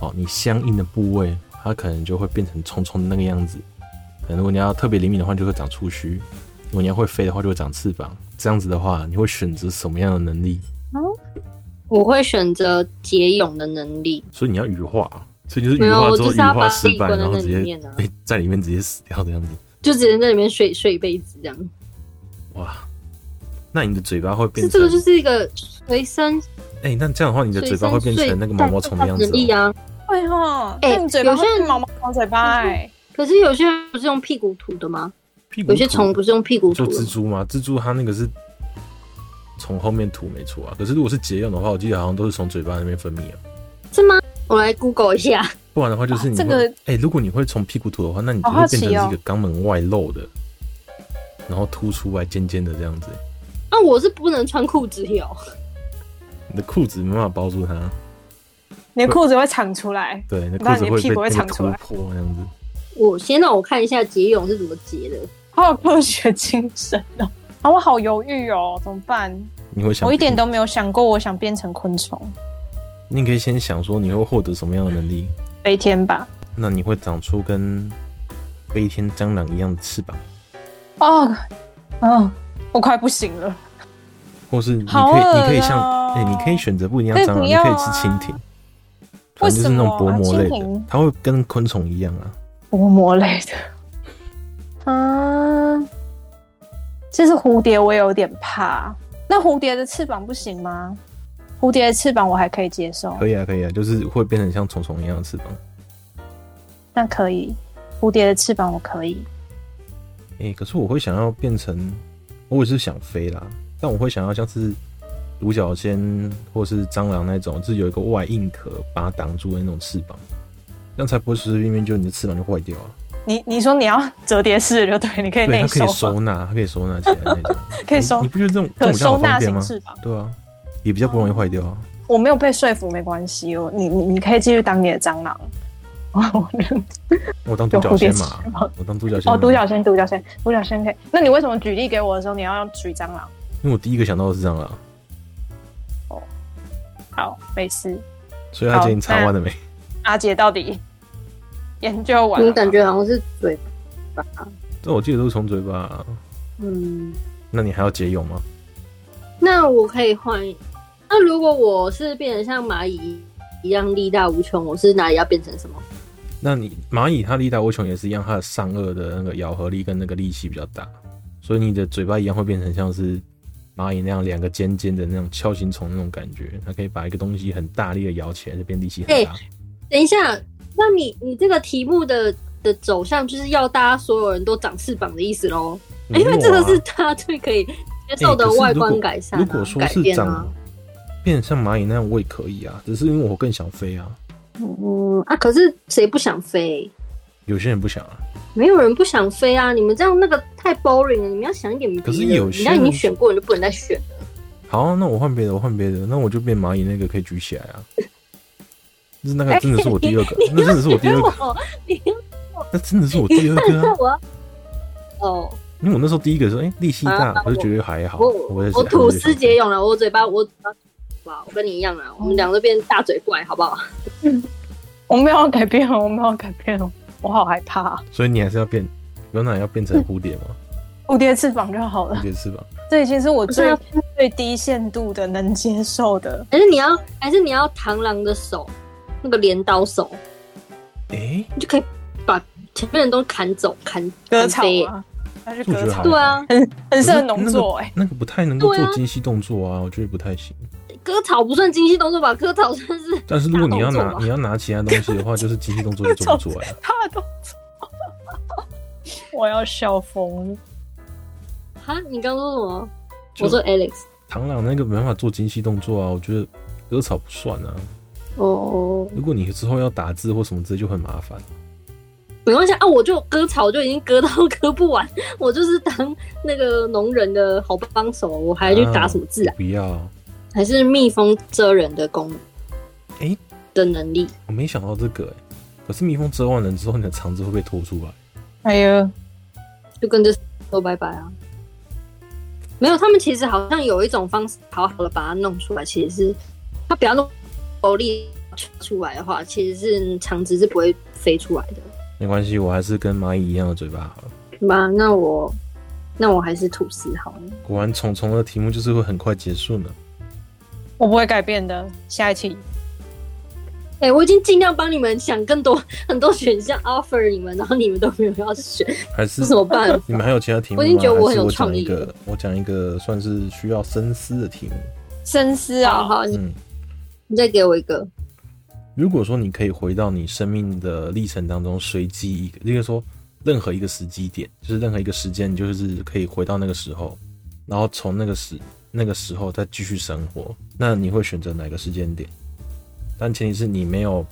S2: 哦，你相应的部位，它可能就会变成虫虫的那个样子。可能如果你要特别灵敏的话，就会长触须；如果你要会飞的话，就会长翅膀。这样子的话，你会选择什么样的能力？
S1: 我会选择蝶泳的能力，
S2: 所以你要羽化啊，所以就是
S1: 没
S2: 羽
S1: 有
S2: 化
S1: 我
S2: 之后
S1: 就是
S2: 羽
S1: 要
S2: 化
S1: 把
S2: 失
S1: 自己
S2: 败，
S1: 关在
S2: 然后
S1: 那
S2: 直
S1: 里
S2: 接
S1: 面啊
S2: 被在里面直接死掉这样子。
S1: 就只能在里面睡睡一辈子这样。
S2: 哇，那你的嘴巴会变
S1: 是
S2: 成
S1: 这个就是一个随身
S2: 哎、那这样的话，你的嘴巴会变成那个毛毛虫的样子、
S1: 能力
S2: 哦。
S1: 啊。
S3: 对哦，
S1: 哎
S3: 那你嘴巴
S1: 有些
S3: 会
S1: 人
S3: 毛毛虫嘴巴哎、
S1: 可是有些人不是用屁股吐的吗？
S2: 屁股
S1: 有些虫不
S2: 是
S1: 是用屁股吐啊
S2: 就
S1: 的
S2: 蜘
S1: 吗，
S2: 蛛吗？蜘蛛它那个是从后面吐没错啊，可是如果是结蛹的话，我记得好像都是从嘴巴那边分泌啊，
S1: 是吗？我来 Google 一下，
S2: 不然的话就是你会
S3: 哇
S2: 哎、
S3: 啊这个
S2: 如果你会从屁股吐的话，那你就
S3: 好
S2: 会
S3: 好
S2: 变
S3: 奇
S2: 成
S3: 哦
S2: 是一个肛门外露的，然后凸出来尖尖的这样子，
S1: 啊，我是不能穿裤子哦游，
S2: 你的裤子没办法包住它。
S3: 你的裤子会敞出来。
S2: 对，那
S3: 那
S2: 裤子
S3: 你
S2: 会
S3: 屁
S2: 被
S3: 股会
S2: 那个
S3: 长
S2: 突
S3: 出来
S2: 破那样子。
S1: 我先让我看一下蝶泳是怎么结的。
S3: 好有科学精神哦！啊，我好犹豫哦，怎么办？
S2: 你会想，
S3: 我一点都没有想过我想变成昆虫，
S2: 你可以先想说你会获得什么样的能力，
S3: 飞天吧。
S2: 那你会长出跟飞天蟑螂一样的翅膀，
S3: 哦，啊，我快不行了。
S2: 或是你可
S3: 好
S2: 以，你可以
S3: 恶
S2: 像，哎、
S3: 哦
S2: 你可以选择不一样
S3: 可以
S2: 蟑螂，
S3: 不
S2: 你可以
S3: 要
S2: 吃
S3: 啊
S2: 蜻蜓，
S3: 为
S2: 反正就是
S3: 什
S2: 那种
S3: 么
S2: 薄
S3: 啊
S2: 膜
S3: 蜻
S2: 类的
S3: 蜓，
S2: 它会跟昆虫一样啊。
S3: 薄膜类的。啊，其实蝴蝶我也有点怕。那蝴蝶的翅膀不行吗？蝴蝶的翅膀我还可以接受，
S2: 可以啊，可以啊，就是会变成像虫虫一样的翅膀。
S3: 那可以。蝴蝶的翅膀我可以。
S2: 哎、可是我会想要变成，我也是想飞啦，但我会想要像是独角仙或是蟑螂那种，就是有一个外硬壳把它挡住的那种翅膀，这样才不会随随便便就你的翅膀就坏掉了。
S3: 你你说你要折叠式的，对不对？你可以
S2: 对，它
S3: 内
S2: 可
S3: 收
S2: 以
S3: 吗，
S2: 收纳，它可以收纳起来那种。
S3: 可以收
S2: 你不觉得这种这种
S3: 可
S2: 比较好
S3: 收
S2: 方
S3: 纳
S2: 便
S3: 型
S2: 吗？
S3: 翅膀。
S2: 对啊，也比较不容易坏掉啊。
S3: 我没有被说服，没关系。我你你你可以继续当你的蟑螂。 哦，
S2: 我当独
S3: 有
S2: 角
S3: 蝴
S2: 仙
S3: 蝶翅
S2: 嘛，
S3: 膀。
S2: 我当独角仙
S3: 哦，
S2: 嘛
S3: 独角仙，独角仙，独角仙可以。那你为什么举例给我的时候，你要举蟑螂？
S2: 因为我第一个想到的是蟑螂，
S3: 好，没事。
S2: 所以他
S3: 好
S2: 今天擦
S3: 那
S2: 完了没？
S3: 阿杰到底研究完了
S1: 我
S3: 吗
S1: 感觉好像是嘴巴，
S2: 这我记得都是从嘴巴，
S1: 嗯。
S2: 那你还要节泳吗？
S1: 那我可以换一。那如果我是变成像蚂蚁一样力大无穷，我是哪里要变成什么？
S2: 那你蚂蚁它力大无穷也是一样，它的上颚的那个咬合力跟那个力气比较大，所以你的嘴巴一样会变成像是蚂蚁那样两个尖尖的那种锹形虫那种感觉，它可以把一个东西很大力的咬起来，就变力气很大。
S1: 等一下，那你你这个题目的的走向就是要大家所有人都长翅膀的意思喽？
S2: 没
S1: 哎因
S2: 有啊
S1: 为这个是他最可以接受的
S2: 欸可是
S1: 外
S2: 如
S1: 观
S2: 果
S1: 改善、啊
S2: 如果说
S1: 改
S2: 是
S1: 变
S2: 长、
S1: 啊。
S2: 变得像蚂蚁那样，我也可以啊，只是因为我更想飞啊。
S1: 嗯啊，可是谁不想飞？
S2: 有些人不想啊，
S1: 没有人不想飞啊！你们这样那个太 boring 了，你们要想一点别的。
S2: 可是有些
S1: 人家已
S2: 人
S1: 经选过，你就不能再选了。
S2: 好，那我换别的，我换别的，那我就变蚂蚁那个可以举 起来啊。就是那个真的是我第二个，
S1: 你
S2: 那真的是我 第二个，
S1: 我，你
S2: 那真的是我第二个啊
S1: 那！我要哦。
S2: 因为我那时候第一个说，哎、力气大，
S1: 啊
S2: 我就觉得还好。
S1: 我
S2: 哦也是
S1: 我吐丝节
S2: 泳，
S1: 泳了，我嘴巴我哇，我跟你一样啊，我们两个变大嘴怪，好不好？
S3: 我没有改变，我没有改变，我好害怕、
S2: 所以你还是要变，有哪要变成蝴蝶吗？
S3: 蝴蝶翅膀就好
S2: 蝴
S3: 了，
S2: 蝶翅 膀，
S3: 这已经是我
S1: 不是
S3: 最
S1: 啊
S3: 最低限度的能接受的。
S1: 还是你要还是你要螳螂的手，那个镰刀手，
S2: 哎、
S1: 你就可以把前面的都砍走，砍
S3: 割
S1: 砍
S3: 草啊
S1: 飞。
S3: 吗？它是
S2: 这我觉
S3: 割
S2: 得
S3: 草
S2: 好，
S1: 对啊，
S3: 很
S2: 可是
S3: 适合农作哎、
S2: 那个不太能够
S1: 对
S2: 做
S1: 啊
S2: 精细动作啊，我觉得不太行。
S1: 割草不算精细动作吧？割草算是
S2: 但是如果你要
S1: 大动
S2: 拿
S1: 作吧
S2: 你要拿其他东西 的话，就是精细动作就做不出来啊。
S3: 他的动作，我要笑疯了。
S1: 哈，你刚说什么？
S2: 就
S1: 我说 Alex，
S2: 螳螂那个没办法做精细动作啊，我觉得割草不算啊。
S1: 哦，
S2: 如果你之后要打字或什么之类，就很麻烦。
S1: 没关系啊，我就割草就已经割到割不完，我就是当那个农人的好帮手，我还去
S3: 嗯
S1: 打什么字啊？
S2: 不要啊，
S1: 还是蜜蜂蜇人的功能？
S2: 诶
S1: 的能力，
S2: 我没想到这个、欸。可是蜜蜂蛰完人之后，你的肠子会被拖出来。
S3: 哎呀，
S1: 就跟这说拜拜啊。没有，他们其实好像有一种方式，好好的把它弄出来。其实是它不要弄口力出来的话，其实是肠子是不会飞出来的。
S2: 没关系，我还是跟蚂蚁一样的嘴巴好了。
S1: 妈，那我那我还是吐司好了。
S2: 果然，虫虫的题目就是会很快结束呢。
S3: 我不会改变的。下一期，
S1: 哎、我已经尽量帮你们想更多很多选项 offer 你们，然后你们都没有要选，
S2: 还是
S1: 是什么办 法？
S2: 你们还有其他题目吗？
S1: 我已经觉得我
S2: 还
S1: 很
S2: 是
S1: 有
S2: 我讲
S1: 创意
S2: 一个，我讲一个算是需要深思的题目。
S3: 深思
S1: 好
S3: 啊、
S1: 好，你
S2: 嗯，
S1: 你再给我一个。
S2: 如果说你可以回到你生命的历程当中，随机一个，例如说任何一个时机点，就是任何一个时间，你就是可以回到那个时候，然后从那个时那个时候再继续生活，那你会选择哪个时间点？但前提是你没有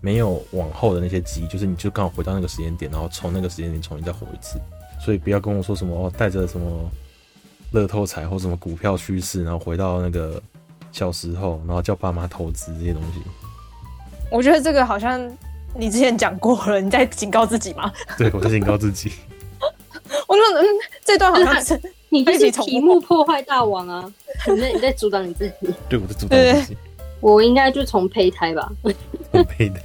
S2: 没有往后的那些记忆，就是你就刚好回到那个时间点，然后从那个时间点重新再活一次。所以不要跟我说什么哦，带着什么乐透彩或什么股票趋势，然后回到那个小时候，然后叫爸妈投资这些东西。
S3: 我觉得这个好像你之前讲过了，你在警告自己吗？
S2: 对，我在警告自己。
S3: 我说，嗯，这段好像是
S1: 你就
S3: 一起
S1: 是
S3: 重
S1: 题
S3: 复
S1: 目破坏大王啊！你在你在阻挡你自 己。
S2: 对，我在阻挡自己。
S1: 我应该就从胚胎吧？
S2: 我佩戴。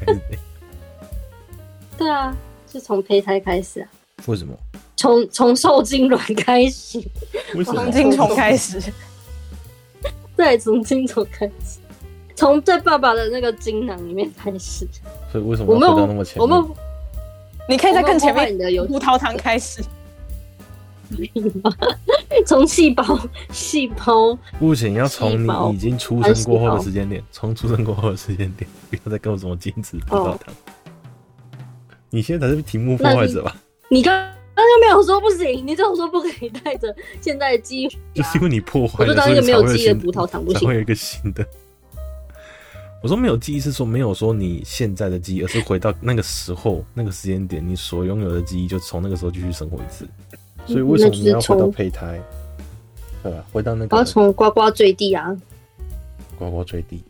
S1: 对啊，是从胚胎开始啊。
S2: 为什么？
S1: 从从受精卵开始，
S2: 为什
S3: 从
S2: 么？
S3: 精虫开 始，
S1: 对，从精虫开始，从在爸爸的那个精囊里面开始。
S2: 所以为什么
S1: 我没
S2: 要回到那么
S1: 有
S2: 前，面？
S1: 我没有
S3: 你可以在更前
S1: 我们破坏
S3: 面
S1: 你的游戏
S3: 葡萄糖开始。
S1: 从细胞 细胞
S2: 不行，要从
S1: 细胞
S2: 你已经出生过后的时间点，从出生过后的时间点，不要再跟我什么精子葡萄糖。你现在才是题目破坏者吧？
S1: 哦你刚刚就没有说不行，你只有说不可以带着现在的基因
S2: 就
S1: 去
S2: 是因为你破
S1: 我
S2: 坏
S1: 就
S2: 了，
S1: 当
S2: 所
S1: 一
S2: 以
S1: 个没有
S2: 才会
S1: 记忆的
S2: 新
S1: 葡萄糖不
S2: 才
S1: 行
S2: 会有一个新的。我说没有记忆是说没有说你现在的记忆，而是回到那个时候、那个时间点，你所拥有的记忆就从那个时候继续生活一次。所以为什么你要回到胚胎？对吧？回到那
S1: 我要
S2: 个
S1: 从呱呱坠地啊，
S2: 呱呱坠地，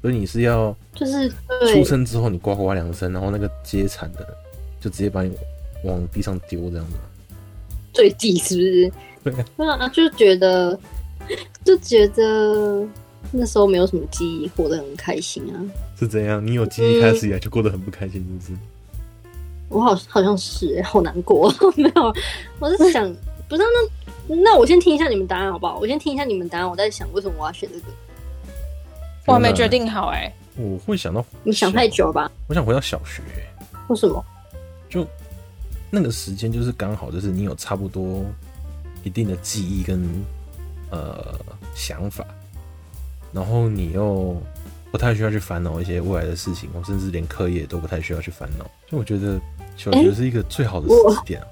S2: 所以你是要
S1: 就是
S2: 出
S1: 对，
S2: 生之后你呱呱两声，然后那个接产的就直接把你往地上丢这样子吗。
S1: 坠地是不是？
S2: 对啊，
S1: 对啊，就觉得就觉得那时候没有什么记忆，活得很开心啊。
S2: 是怎样？你有记忆开始以来就过得很不开心，是不是？
S1: 我好好像是、 欸，好难过。没有，我是想，不是那那我先听一下你们答案好不好？我先听一下你们答案，我在想为什么我要选这个。
S3: 我还没决定好哎、
S2: 我会想到
S1: 你想太久了吧？
S2: 我想回到小学，欸
S1: 为什么？
S2: 就那个时间就是刚好就是你有差不多一定的记忆跟呃想法，然后你又不太需要去烦恼一些未来的事情，我甚至连课业都不太需要去烦恼。所以我觉得小学
S1: 诶
S2: 是一个最好的
S1: 我
S2: 时机点啊、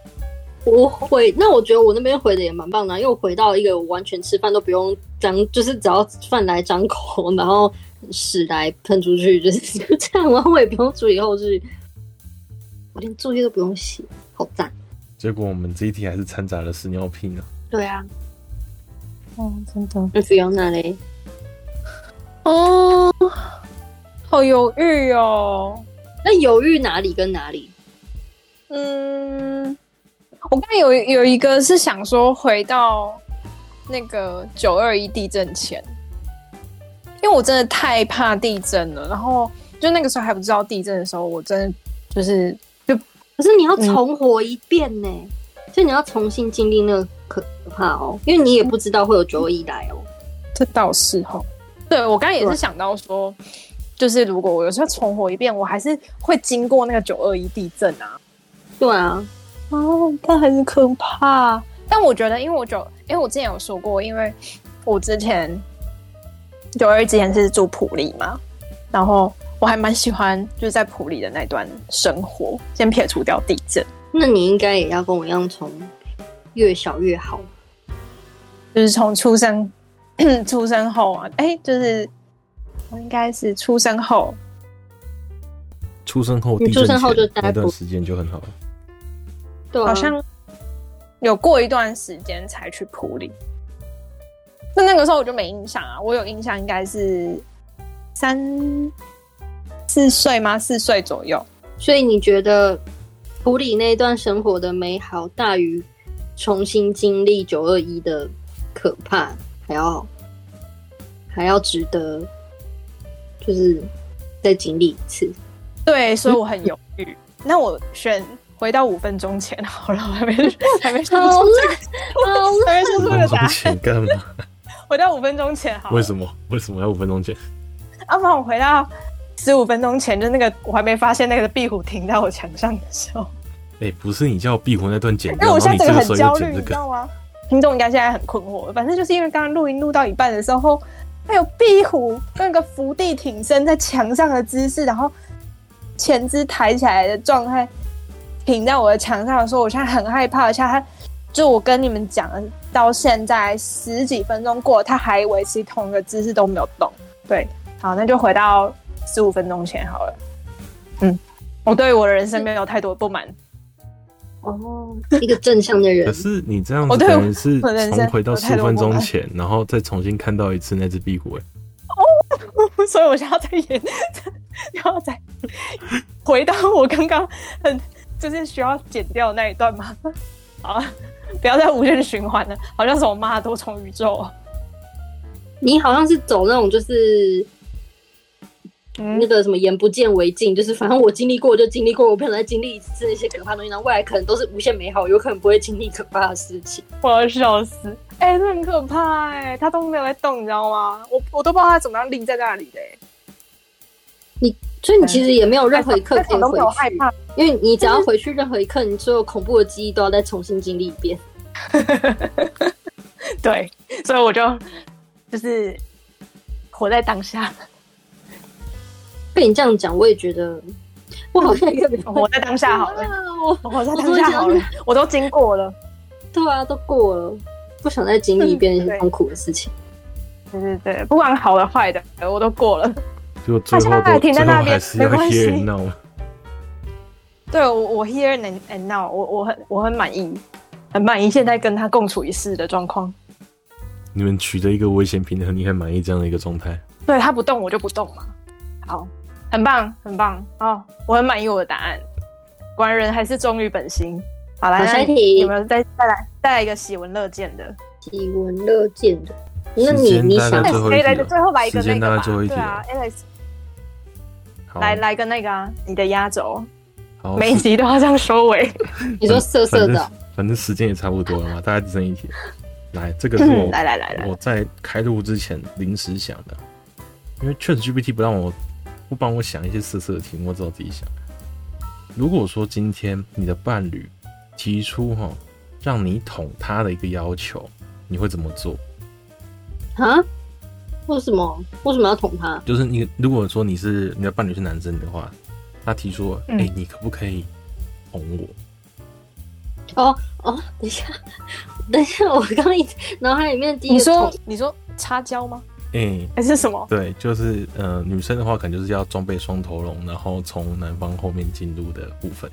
S1: 我回那我觉得我那边回的也蛮棒的啊、因为我回到一个我完全吃饭都不用张，就是只要饭来张口，然后屎来喷出去，就是 就这样，然后我也不用处理后续，我连作业都不用写，好赞。
S2: 结果我们这一题还是掺杂了屎尿屁呢。
S1: 对啊，
S3: 哦，真的
S1: 那 Fiona 嘞？
S3: 哦，好犹豫哦。
S1: 那犹豫哪里跟哪里？
S3: 嗯，我刚才有有一个是想说回到那个九二一地震前，因为我真的太怕地震了。然后就那个时候还不知道地震的时候，我真的就是
S1: 可是你要
S3: 嗯
S1: 重活一遍呢、所以你要重新经历那个可怕哦，因为你也不知道会有九二一来哦。
S3: 这倒是哈。对我刚才也是想到说，就是如果我有时候重活一遍，我还是会经过那个九二一地震啊。
S1: 对啊，
S3: 哦，但还是可怕。但我觉得，因为我九，因为我之前有说过，因为我之前九二之前是住普里嘛，然后我还蛮喜欢就是在普里的那段生活。先撇除掉地震，
S1: 那你应该也要跟我一样，从越小越好。
S3: 就是从出生 出生后啊，哎、就是我应该是出生后，
S2: 出生后地
S1: 你
S2: 震
S1: 出生后
S2: 前
S1: 就待
S2: 那段
S1: 不
S2: 时间就很好 了。
S1: 对啊，
S3: 好像有过一段时间才去普里。那那个时候我就没印象啊，我有印象应该是三四岁吗？四岁左右。
S1: 所以你觉得普里那段生活的美好大于重新经历九二一的可怕，还要还要值得，就是再经历一次。
S3: 对，所以我很犹豫。那我选回到五分钟前好了，我还没还没说出，
S1: 好
S3: 还没说
S2: 五
S3: 出这
S2: 分
S3: 个
S2: 钟
S3: 答案。
S2: 前干嘛？
S3: 回到五分钟前好了，啊
S2: 为什么？为什么要五分钟前？
S3: 要不然我回到十五分钟前，就那个我还没发现那个壁虎停在我墙上的时候。
S2: 哎、不是你叫壁虎那段剪
S3: 因为
S2: 掉，
S3: 我
S2: 然后
S3: 现
S2: 你
S3: 在
S2: 这
S3: 整个
S2: 个时
S3: 很
S2: 候
S3: 焦
S2: 又剪
S3: 虑，你
S2: 这
S3: 知
S2: 个，
S3: 道吗？听众应该现在很困惑，反正就是因为刚刚录音录到一半的时候，还有壁虎那个伏地挺身在墙上的姿势，然后前肢抬起来的状态，停在我的墙上的时候，我现在很害怕。而且它，就我跟你们讲，到现在十几分钟过，它还维持同一个姿势都没有动。对，好，那就回到十五分钟前好了。嗯，我对我的人生没有太多不满。
S1: 哦，一个正向的
S2: 可
S1: 人，
S2: 是你这样
S3: 哦
S2: 子
S3: 对
S2: 等于是
S3: 我人生
S2: 重回到
S3: 我
S2: 十
S3: 太多
S2: 分
S3: 梦
S2: 钟
S3: 了
S2: 前，然后再重新看到一次那只壁虎、欸。
S3: 所以我现在要再演，然后再回到我刚刚很就是需要剪掉的那一段嘛。 好啊，不要再无限循环了，好像是我妈的多重宇宙哦。
S1: 你好像是走那种就是
S3: 嗯
S1: 那个什么眼不见为净，就是反正我经历过就经历过，我不想再经历一次那些可怕的东西，然后未来可能都是无限美好，有可能不会经历可怕的事情。
S3: 我要笑死！哎、那很可怕哎、它都没有在动，你知道吗？我我都不知道它怎么样立在那里的、欸。
S1: 所以你其实也没有任何一刻
S3: 但是
S1: 可
S3: 我
S1: 以
S3: 都没
S1: 回
S3: 有害
S1: 去，
S3: 怕。
S1: 因为你只要回去任何一刻，你所有恐怖的记忆都要再重新经历一遍。
S3: 对，所以我就就是活在当下，
S1: 被你这样讲，我也觉得我好像也没 有
S3: 我活在当下好了，
S1: 我
S3: 我活在当下好了，我都经过了。
S1: 对啊，都过了，不想再经历一遍那些痛苦的事情。
S3: 对对对，不管好的坏的，我都过了。
S2: 就最后
S3: 他现在
S2: 都
S3: 停在
S2: 最
S3: 那
S2: 后
S3: 边
S2: 还是要
S3: 没关系
S2: hear it now。
S3: 对我，我 here and and now，我我很我很满意，很满意现在跟他共处一室的状况。
S2: 你们取得一个危险平衡，你很满意这样的一个状态？
S3: 对他不动，我就不动嘛。好，很棒，很棒哦，我很满意我的答案。果然人还是忠于本心。好来，
S1: 好
S3: 那
S1: 下一
S3: 你
S1: 题
S3: 有没有再再来再来一个喜闻乐见的？
S1: 喜闻乐见的，那
S2: 时
S1: 你
S2: 间
S1: 你
S2: 大概
S1: 想
S2: 最后一题
S3: Alex 哎可以来
S2: 了
S3: 个最后来一个
S2: 时间
S3: 那
S2: 大
S3: 个吧，
S2: 概最后一题
S3: 对啊，Alex
S2: 好，
S3: 来来个那个啊，你的压轴，
S2: 好，
S3: 每一集都要这样收尾。
S1: 你说色色的哦
S2: 反，正反正时间也差不多了嘛，大概只剩一题。来，这个是我
S3: 嗯 来来来来，
S2: 我在开录之前临时想的，因为 ChatGPT 不让我不帮我想一些色色的题目，我只好自己想。如果说今天你的伴侣提出哈、让你捅他的一个要求，你会怎么做？
S1: 啊？为什么？为什么要捅他？
S2: 就是你如果说你是你的伴侣是男生的话，他提出哎、
S3: 嗯
S2: 诶你可不可以捅我？
S1: 哦哦，等一下， 等一下，我刚刚一脑海里面第一
S3: 你
S1: 个
S3: 说
S1: 捅
S3: 你说插胶吗？
S2: 哎、
S3: 还是什么？
S2: 对，就是呃，女生的话可能就是要装备双头龙，然后从男方后面进入的部分。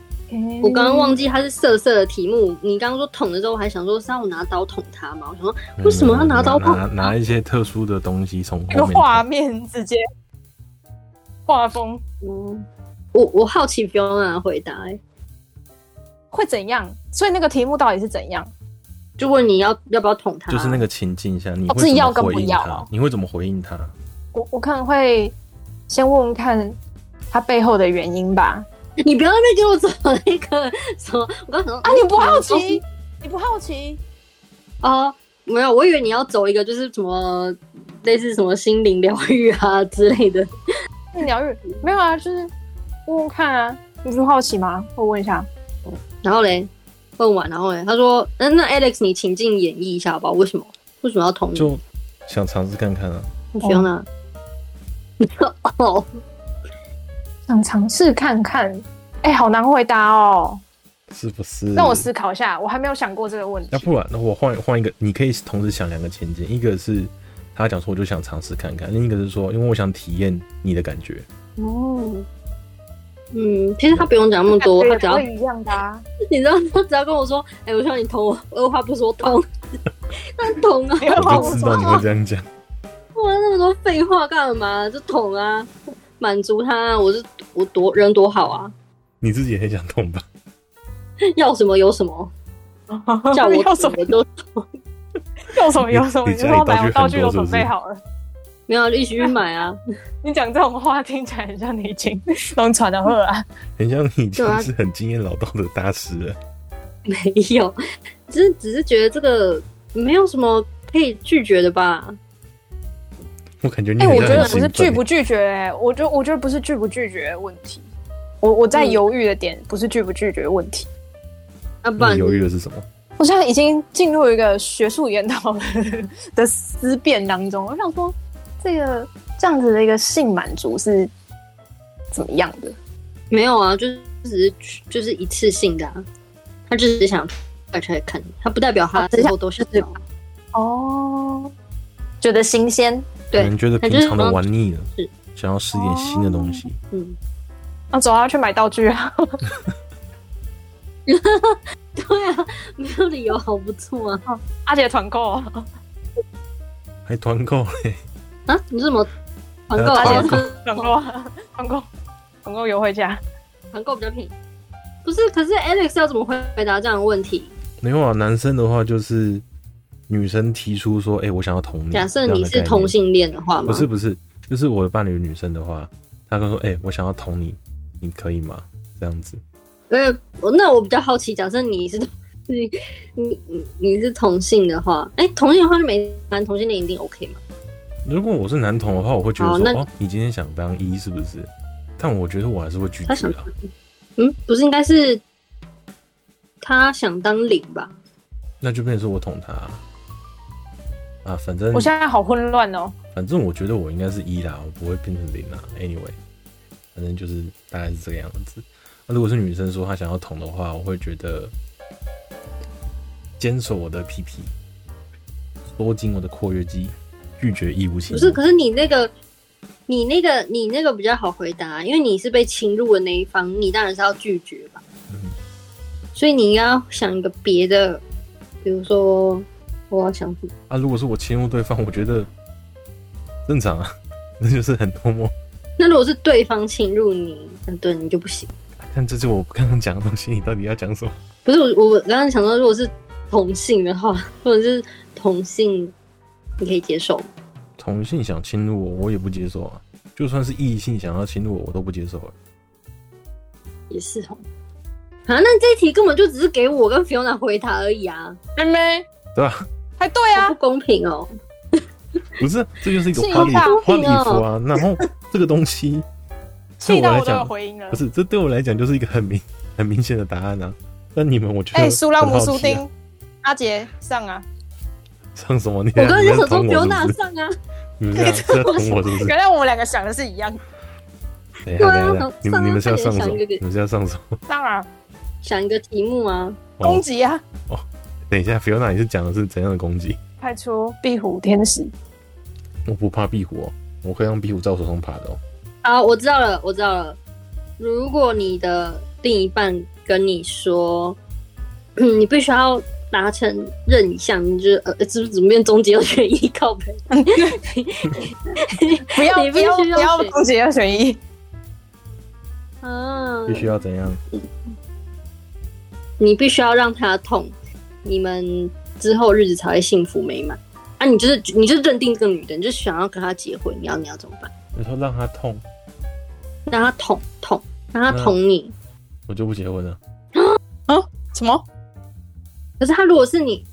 S1: 我刚刚忘记它是色色的题目。你刚刚说捅的时候，我还想说是让我拿刀捅他嘛？我想说为什么要拿刀
S2: 嗯拿拿
S1: 捅？
S2: 拿一些特殊的东西从
S3: 那个
S2: 后面
S3: 画面直接画风
S1: 嗯，我我好奇不用人回答、欸，
S3: 会怎样？所以那个题目到底是怎样？
S1: 就问你要要不要捅他，
S2: 就是那个情境下，你
S3: 哦
S2: 会
S3: 自己
S2: 怎
S3: 要
S2: 么
S3: 跟
S2: 回
S3: 不
S2: 应
S3: 要
S2: 他
S3: 哦？
S2: 你会怎么回应他？
S3: 我我可能会先问问看他背后的原因吧。
S1: 你不要在那边给我走那个什么，我刚刚想说
S3: 啊，你不好奇？你不好奇？
S1: 哦，没有，我以为你要走一个就是什么类似什么心灵疗愈啊之类的。
S3: 嗯，疗愈没有啊，就是问问看啊。你不好奇吗？我问一下。
S1: 然后嘞，问完，然后嘞，他说：“嗯，那 Alex，你情境演绎一下吧，为什么？为什么要捅你？
S2: 就想尝试看看啊。
S1: 你不用啊。” 哦，
S3: 想尝试看看。哎、好难回答哦。
S2: 是不是？
S1: 嗯
S3: 让我思考一下，我还没有想过这个问
S2: 那
S3: 题。
S2: 不然，那我换换一个，你可以同时想两个情境，一个是他讲说我就想尝试看看，另一个是说因为我想体验你的感觉。
S1: 哦，嗯，其实他不用讲那么多，他只要
S3: 感觉也会一样的啊。
S1: 你知道， 他只要跟我说：“哎、我希望你捅我。”二话不说 捅，那捅啊！
S3: 你会
S2: 我就
S3: 帮 我
S2: 知道
S3: 说
S2: 你会这样讲。
S1: 我那么多废话干嘛？就捅啊，满足他啊。我是我多人多好啊，
S2: 你自己也很想痛吧？
S1: 要什么有什么，叫我
S3: 要什
S1: 捅
S3: 么
S1: 我都
S3: 要什么有什么，
S2: 你你
S3: 你就
S2: 家
S3: 帮
S2: 里
S3: 我买，我道
S2: 道
S3: 具
S2: 具
S3: 都
S2: 很多是不
S3: 准
S2: 是
S3: 备好了。
S1: 没有，就一起去买啊。
S3: 你讲这种话听起来很像你已经弄传的货啊。
S2: 很像你已
S1: 对啊
S2: 经是很经验老道的大师了。
S1: 没有，只是只是觉得这个没有什么可以拒绝的吧。
S2: 我感 觉你
S3: 哎、
S2: 很
S3: 我
S2: 像
S3: 觉得
S2: 很
S3: 不是
S2: 兴
S3: 拒
S2: 奋
S3: 不拒绝、欸，我觉得我觉得不是拒不拒绝的问题。我我在
S1: 嗯
S3: 犹豫的点不是拒不拒绝的问题，
S1: 那啊不
S2: 那
S1: 然
S2: 你犹豫的是什么？
S3: 我现在已经进入一个学术研讨的的思辨当中。我想说，这个这样子的一个性满足是怎么样的？
S1: 没有啊，就是只是就是一次性的、啊，他就只是想出来看，他不代表他
S3: 哦只是
S1: 之
S3: 想
S1: 后都想要。
S3: 哦，觉得新鲜
S2: 可
S1: 对
S2: 能，觉得
S1: 那
S2: 平
S1: 就是
S2: 常的玩腻了
S1: 是，
S2: 想要试点新的东西。
S1: 嗯，
S3: 那走啊，去买道具啊！
S1: 对啊，没有理由好不错啊
S3: 阿姐团购啊，
S2: 还哎团购嘞，
S1: 啊！你是什么 团购？
S2: 还有 团
S1: 哦
S2: 购
S3: 团购啊，团购，团购优惠价。
S1: 团购比较便宜。不是，可是 Alex 要怎么回答这样的问题？
S2: 没有啊。男生的话就是女生提出说：“哎、我想要同你。”
S1: 假设
S2: 这样
S1: 你
S2: 的概
S1: 是
S2: 念
S1: 同，性恋的话吗？
S2: 不是不是，就是我的伴侣女生的话，他刚说：“哎、我想要捅你，你可以吗？”这样子，
S1: 呃，那我比较好奇，假设你是 你你你你是同性的话，哎、同性的话就没反同性恋一定 OK 嘛？
S2: 如果我是男同的话，我会觉得
S1: 好
S2: 说：“
S1: 那
S2: 哦，你今天想当一是不是？”但我觉得我还是会拒
S1: 他
S2: 绝
S1: 想
S2: 啊。
S1: 嗯，不是应该是他想当零吧？
S2: 那就变成是我捅他啊。啊反正
S3: 我现在好混乱哦。
S2: 反正我觉得我应该是一啦，我不会变成零啦。Anyway，反正就是大概是这个样子。那如果是女生说她想要捅的话，我会觉得坚守我的屁屁，缩紧我的括约肌，拒绝义无形。
S1: 不是，可是你那个你那个你那个比较好回答，因为你是被侵入的那一方，你当然是要拒绝吧。
S2: 嗯
S1: 所以你应该要想一个别的，比如说我要想什么
S2: 啊，如果是我侵入对方，我觉得正常啊， 那就是很 normal。
S1: 那如果是对方侵入你，嗯，对你就不行。
S2: 看这是我刚刚讲的东西，你到底要讲什么？
S1: 不是我，我刚刚想说，如果是同性的话， 或者是同性，你可以接受吗。
S2: 同性想侵入我，我也不接受啊。就算是异性想要侵入我，我都不接受、欸。
S1: 也是哦。啊，那这一题根本就只是给我跟 Fiona 回答而已啊，
S3: 妹妹，
S2: 对吧、
S3: 还对
S1: 好
S3: 啊
S1: 不，公平哦。
S2: 不是，这就是一个
S3: 是一
S2: 花
S3: 个
S2: 里
S3: 大
S2: 花里
S1: 病哦
S2: 服啊。然后这个东西 对
S3: 气
S2: 我
S3: 到
S2: 来
S3: 我都有
S2: 讲，
S3: 回音了
S2: 不。是这对我来讲就是一个很明 很明显的答案啊。但你们我觉得
S3: 哎，苏拉姆
S2: 很好
S3: 苏
S2: 奇啊
S3: 丁，阿杰上啊！
S2: 上什么？你
S1: 我刚刚
S2: 啊你
S1: 就
S2: 在
S1: 想说
S2: 捅我是
S1: Fiona
S2: 不是？
S1: 上啊，
S2: 你们这样是在捅我是不是？哎
S3: 原来我们两个想的是一样，
S2: 等一下
S1: 对啊
S2: 等一下
S1: 上，
S2: 你们你们是要上
S1: 上
S2: 手，
S1: 一个
S2: 你们是要上手。
S3: 上啊，
S1: 想一个题目啊，
S3: 攻
S2: 哦，
S3: 击啊，
S2: 等一下，Fiona 你是讲的是怎样的攻击？
S3: 派出壁虎天使。
S2: 我不怕壁虎哦，我可以让壁虎在我手上爬的哦。
S1: 好，我知道了，我知道了。如果你的另一半跟你说，嗯，你必须要达成任意项，你就是呃，是不是怎么变终极二选一？靠背，
S3: 不要
S1: 你
S3: 不
S1: 必须
S3: 要
S1: 要
S3: 不要
S1: 选
S3: 攻击二选一，
S1: 啊，
S2: 必须要怎样？
S1: 你必须要让他痛，你们之后日子才会幸福美满。啊，你就是你就认定这个女的，你就想要跟她结婚，你要你要怎么办？
S2: 你说让他痛，
S1: 让她捅捅，让她捅你。
S2: 我就不结婚了。
S3: 什么？
S1: 可是她如果是你，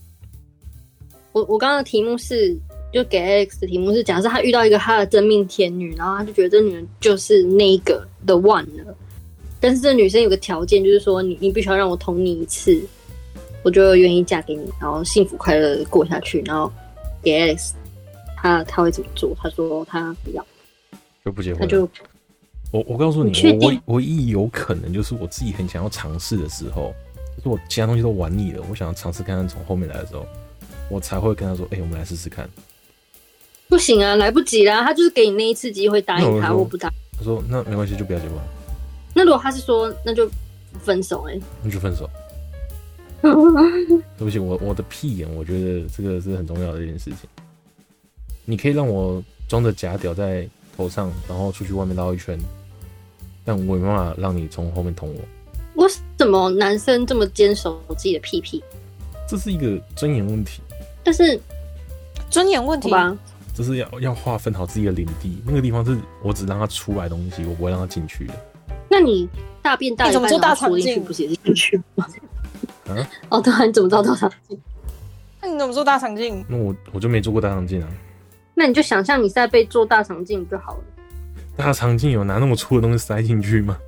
S1: 我我刚刚的题目是就给 Alex 的题目是，假设他遇到一个他的真命天女，然后他就觉得这女人就是那一个 the one 了。但是这女生有个条件，就是说你你必须要让我捅你一次，我就愿意嫁给你，然后幸福快乐地过下去。然后给 Alex，他他会怎么做？他说他不要，
S2: 就不结婚
S1: 他
S2: 了，
S1: 就
S2: 我我告诉你
S1: 你确，
S2: 我
S1: 定
S2: 我唯一有可能就是我自己很想要尝试的时候，就是我其他东西都玩腻了，我想要尝试看看从后面来的时候，我才会跟他说，哎、我们来试试看。
S1: 不行啊，来不及啦。他就是给你那一次机会，答应
S2: 那我
S1: 他，
S2: 就
S1: 我不答应。
S2: 他说，那没关系，就不要结婚，
S1: 那如果他是说那就分手、欸，
S2: 那就分手。对不起，我我的屁眼，我觉得这个是很重要的一件事情。你可以让我装着假屌在头上，然后出去外面绕一圈，但我没办法让你从后面捅我。
S1: 为什么男生这么坚守自己的屁屁？
S2: 这是一个尊严问题，
S1: 但是
S3: 尊严问
S1: 好
S3: 题。
S1: 吧，
S2: 这是要要划分好自己的领地，那个地方是我只让它出来东西，我不会让它进去的。
S1: 那你大便大
S3: 你
S1: 一
S3: 哎怎么
S1: 半
S3: 做大
S1: 然后戳进去
S3: 肠镜
S1: 不是也是进去吗？
S2: 啊
S1: 哦，对啊，你怎么知道大肠镜？
S3: 那你怎么做大肠镜？
S2: 那我我就没做过大肠镜啊，
S1: 那你就想象你是在被做大肠镜就好了。
S2: 大肠镜有拿那么粗的东西塞进去吗？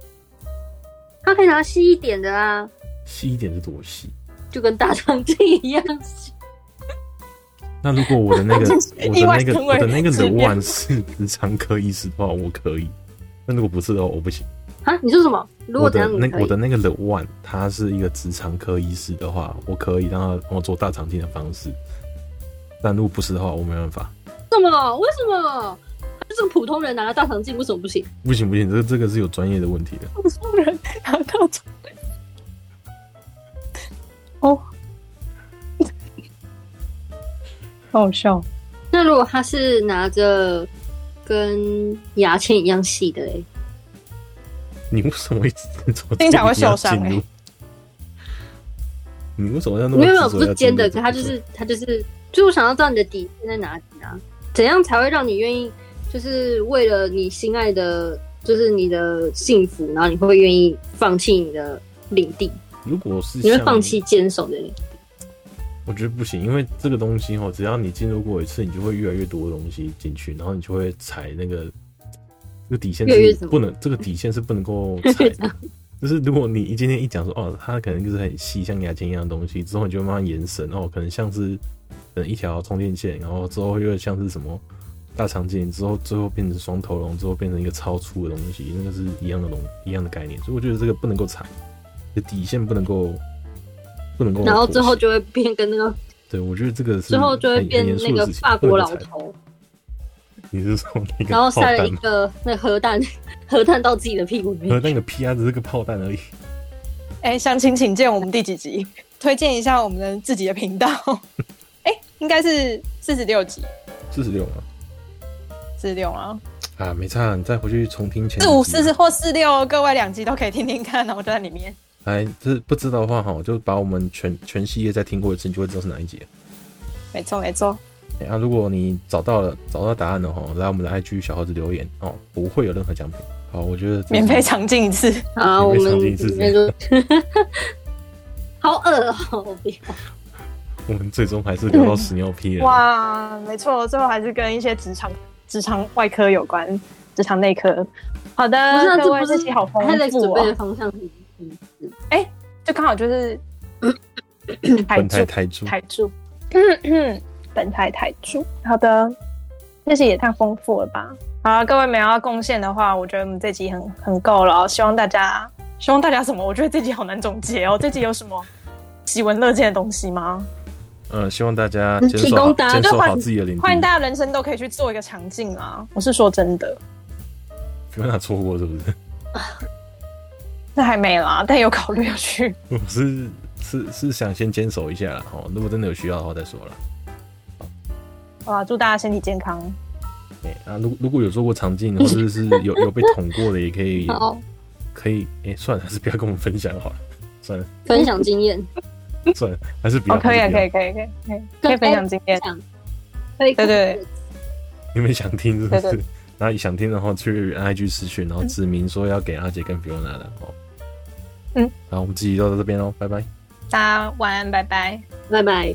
S1: 他可以拿细一点的啊，
S2: 细一点是多细？
S1: 就跟大肠镜一 样细。
S2: 那如果我的 那个我的
S3: 意外
S2: 那个
S3: 成
S2: 我
S3: 为
S2: 的那个
S3: 指
S2: 柔
S3: 标
S2: 腕是直肠科医师的话，我可以；那如果不是的话，我不行。
S1: 啊，你说什么？如
S2: 我
S1: 果怎
S2: 的
S1: 样你
S2: 那
S1: 可
S2: 我
S1: 以
S2: 的？那个柔腕，他是一个直肠科医师的话，我可以让他帮我做大肠镜的方式。但如果不是的话，我没办法。
S1: 什么？为什么？他就是个普通人拿大肠镜，为什么不行？
S2: 不行不行，这个这个是有专业的问题的。
S3: 普通人拿到肠。哦，好笑。
S1: 那如果他是拿着跟牙签一样细的嘞？
S2: 你为什么一直在做？
S3: 经常会受伤
S2: 进入
S1: 欸
S2: 你为什么要那么
S1: 没有没有，
S2: 执
S1: 不
S2: 着
S1: 是
S2: 要进
S1: 尖
S2: 入
S1: 的，可
S2: 这个
S1: 他就是他就是，就我想要知道你的底线在哪里啊？怎样才会让你愿意，就是为了你心爱的就是你的幸福，然后你会愿意放弃你的领地，
S2: 如果是
S1: 你会
S2: 像
S1: 放弃坚守的领地。
S2: 我觉得不行，因为这个东西哦，只要你进入过一次，你就会越来越多的东西进去，然后你就会踩那个这个底线
S1: 越来越
S2: 是
S1: 怎么
S2: 不能，这个底线是不能够踩的。就是如果你一今天一讲说哦，它可能就是很细，像牙签一样的东西，之后你就会慢慢延伸哦，可能像是呃一条充电线，然后之后又像是什么大肠镜，之后最后变成双头龙，之后变成一个超粗的东西，那个是一样的东一样的概念，所以我觉得这个不能够踩，这底线不能够不能够妥协，
S1: 然后最后就会变跟那个，
S2: 对，我觉得这个是
S1: 最后就会
S2: 很
S1: 变
S2: 很严肃
S1: 那个
S2: 的事情
S1: 法 国老。
S2: 不能
S1: 头，
S2: 踩你是说那个
S1: 然后
S2: 炮
S1: 塞了
S2: 弹
S1: 一
S2: 吗？
S1: 个那核弹， 核弹到自己的屁股里
S2: 和
S1: 面。
S2: 那个屁啊，只是个炮弹而已。
S3: 哎，相亲请见我们第几集？ 推荐一下我们的自己的频道。 哎，应该是四十六集，
S2: 四十六嘛，
S3: 四十六啊，
S2: 啊，没差，你再回去重听前
S3: 四五
S2: 几集啊
S3: 四十。或四六，各位两集都可以听听看，哦然后就在里面。
S2: 来，哎这不知道的话哈，就把我们全全系列再听过一次，你就会知道是哪一集了。
S3: 没错没错，
S2: 哎啊，如果你找到了找到答案了哈，来我们的 IG 小盒子留言哦，不会有任何奖品。好，我觉得这
S3: 免费尝尽一次。
S1: 好，我
S2: 你被
S1: 们
S2: 藏进去
S1: 里面就 好恶哦，我不要
S2: 我们最终还是聊到屎尿屁
S1: 嗯
S2: 了。
S3: 哇，没错，最后还是跟一些职场、职场外科有关，职场内科。好的，
S1: 不是啊，
S3: 各
S1: 这
S3: 位
S1: 不
S3: 这
S1: 是
S3: 期好丰
S1: Alex
S3: 富
S1: 准备的
S3: 哦，
S1: 方向是一致
S3: 就刚好 就是台
S2: 本台
S3: 柱
S2: 台柱，
S3: 台柱， 本台台柱。好的，这期也太丰富了吧！好，啊各位没有要贡献的话，我觉得我们这集很很够了哦，希望大家，希望大家什么？我觉得这集好难总结哦，这集有什么喜闻乐见的东西吗？
S2: 嗯，希望大家
S1: 嗯
S2: 坚
S1: 提
S2: 守
S1: 供
S2: 好
S1: 答案
S2: 坚守
S3: 欢
S2: 好自己的领地，
S3: 欢迎大家人生都可以去做一个强劲啊！我是说真的。
S2: 不要让他错过，是不是？
S3: 那还没啦，但有考虑要去。
S2: 我是是是想先坚守一下啦，哦，如果真的有需要的话再说啦。
S3: 哇，啊祝大家身体健康。
S2: 哎、啊，如如果有做过肠镜，或者是有有被捅过的，也可 以
S1: 好，
S2: 可以，哎、算了，还是不要跟我们分享好了，算了
S1: 分享经验，
S2: 算了，还是不要。
S3: 哦，可以
S2: 还
S3: 啊，
S2: 是不
S3: 可
S2: 要
S3: 以，。可以，可以，可以，可以分享经验。
S1: 讲，可以
S3: 对对
S2: 你们想听是不
S3: 对
S2: 是？ 然后想听的话，去 IG 私讯，然后指明说要给阿杰跟 Fiona 的哦。
S3: 嗯，
S2: 好，我们自己就到这边喽，拜拜。
S3: 大家晚安，拜拜。
S1: 拜拜。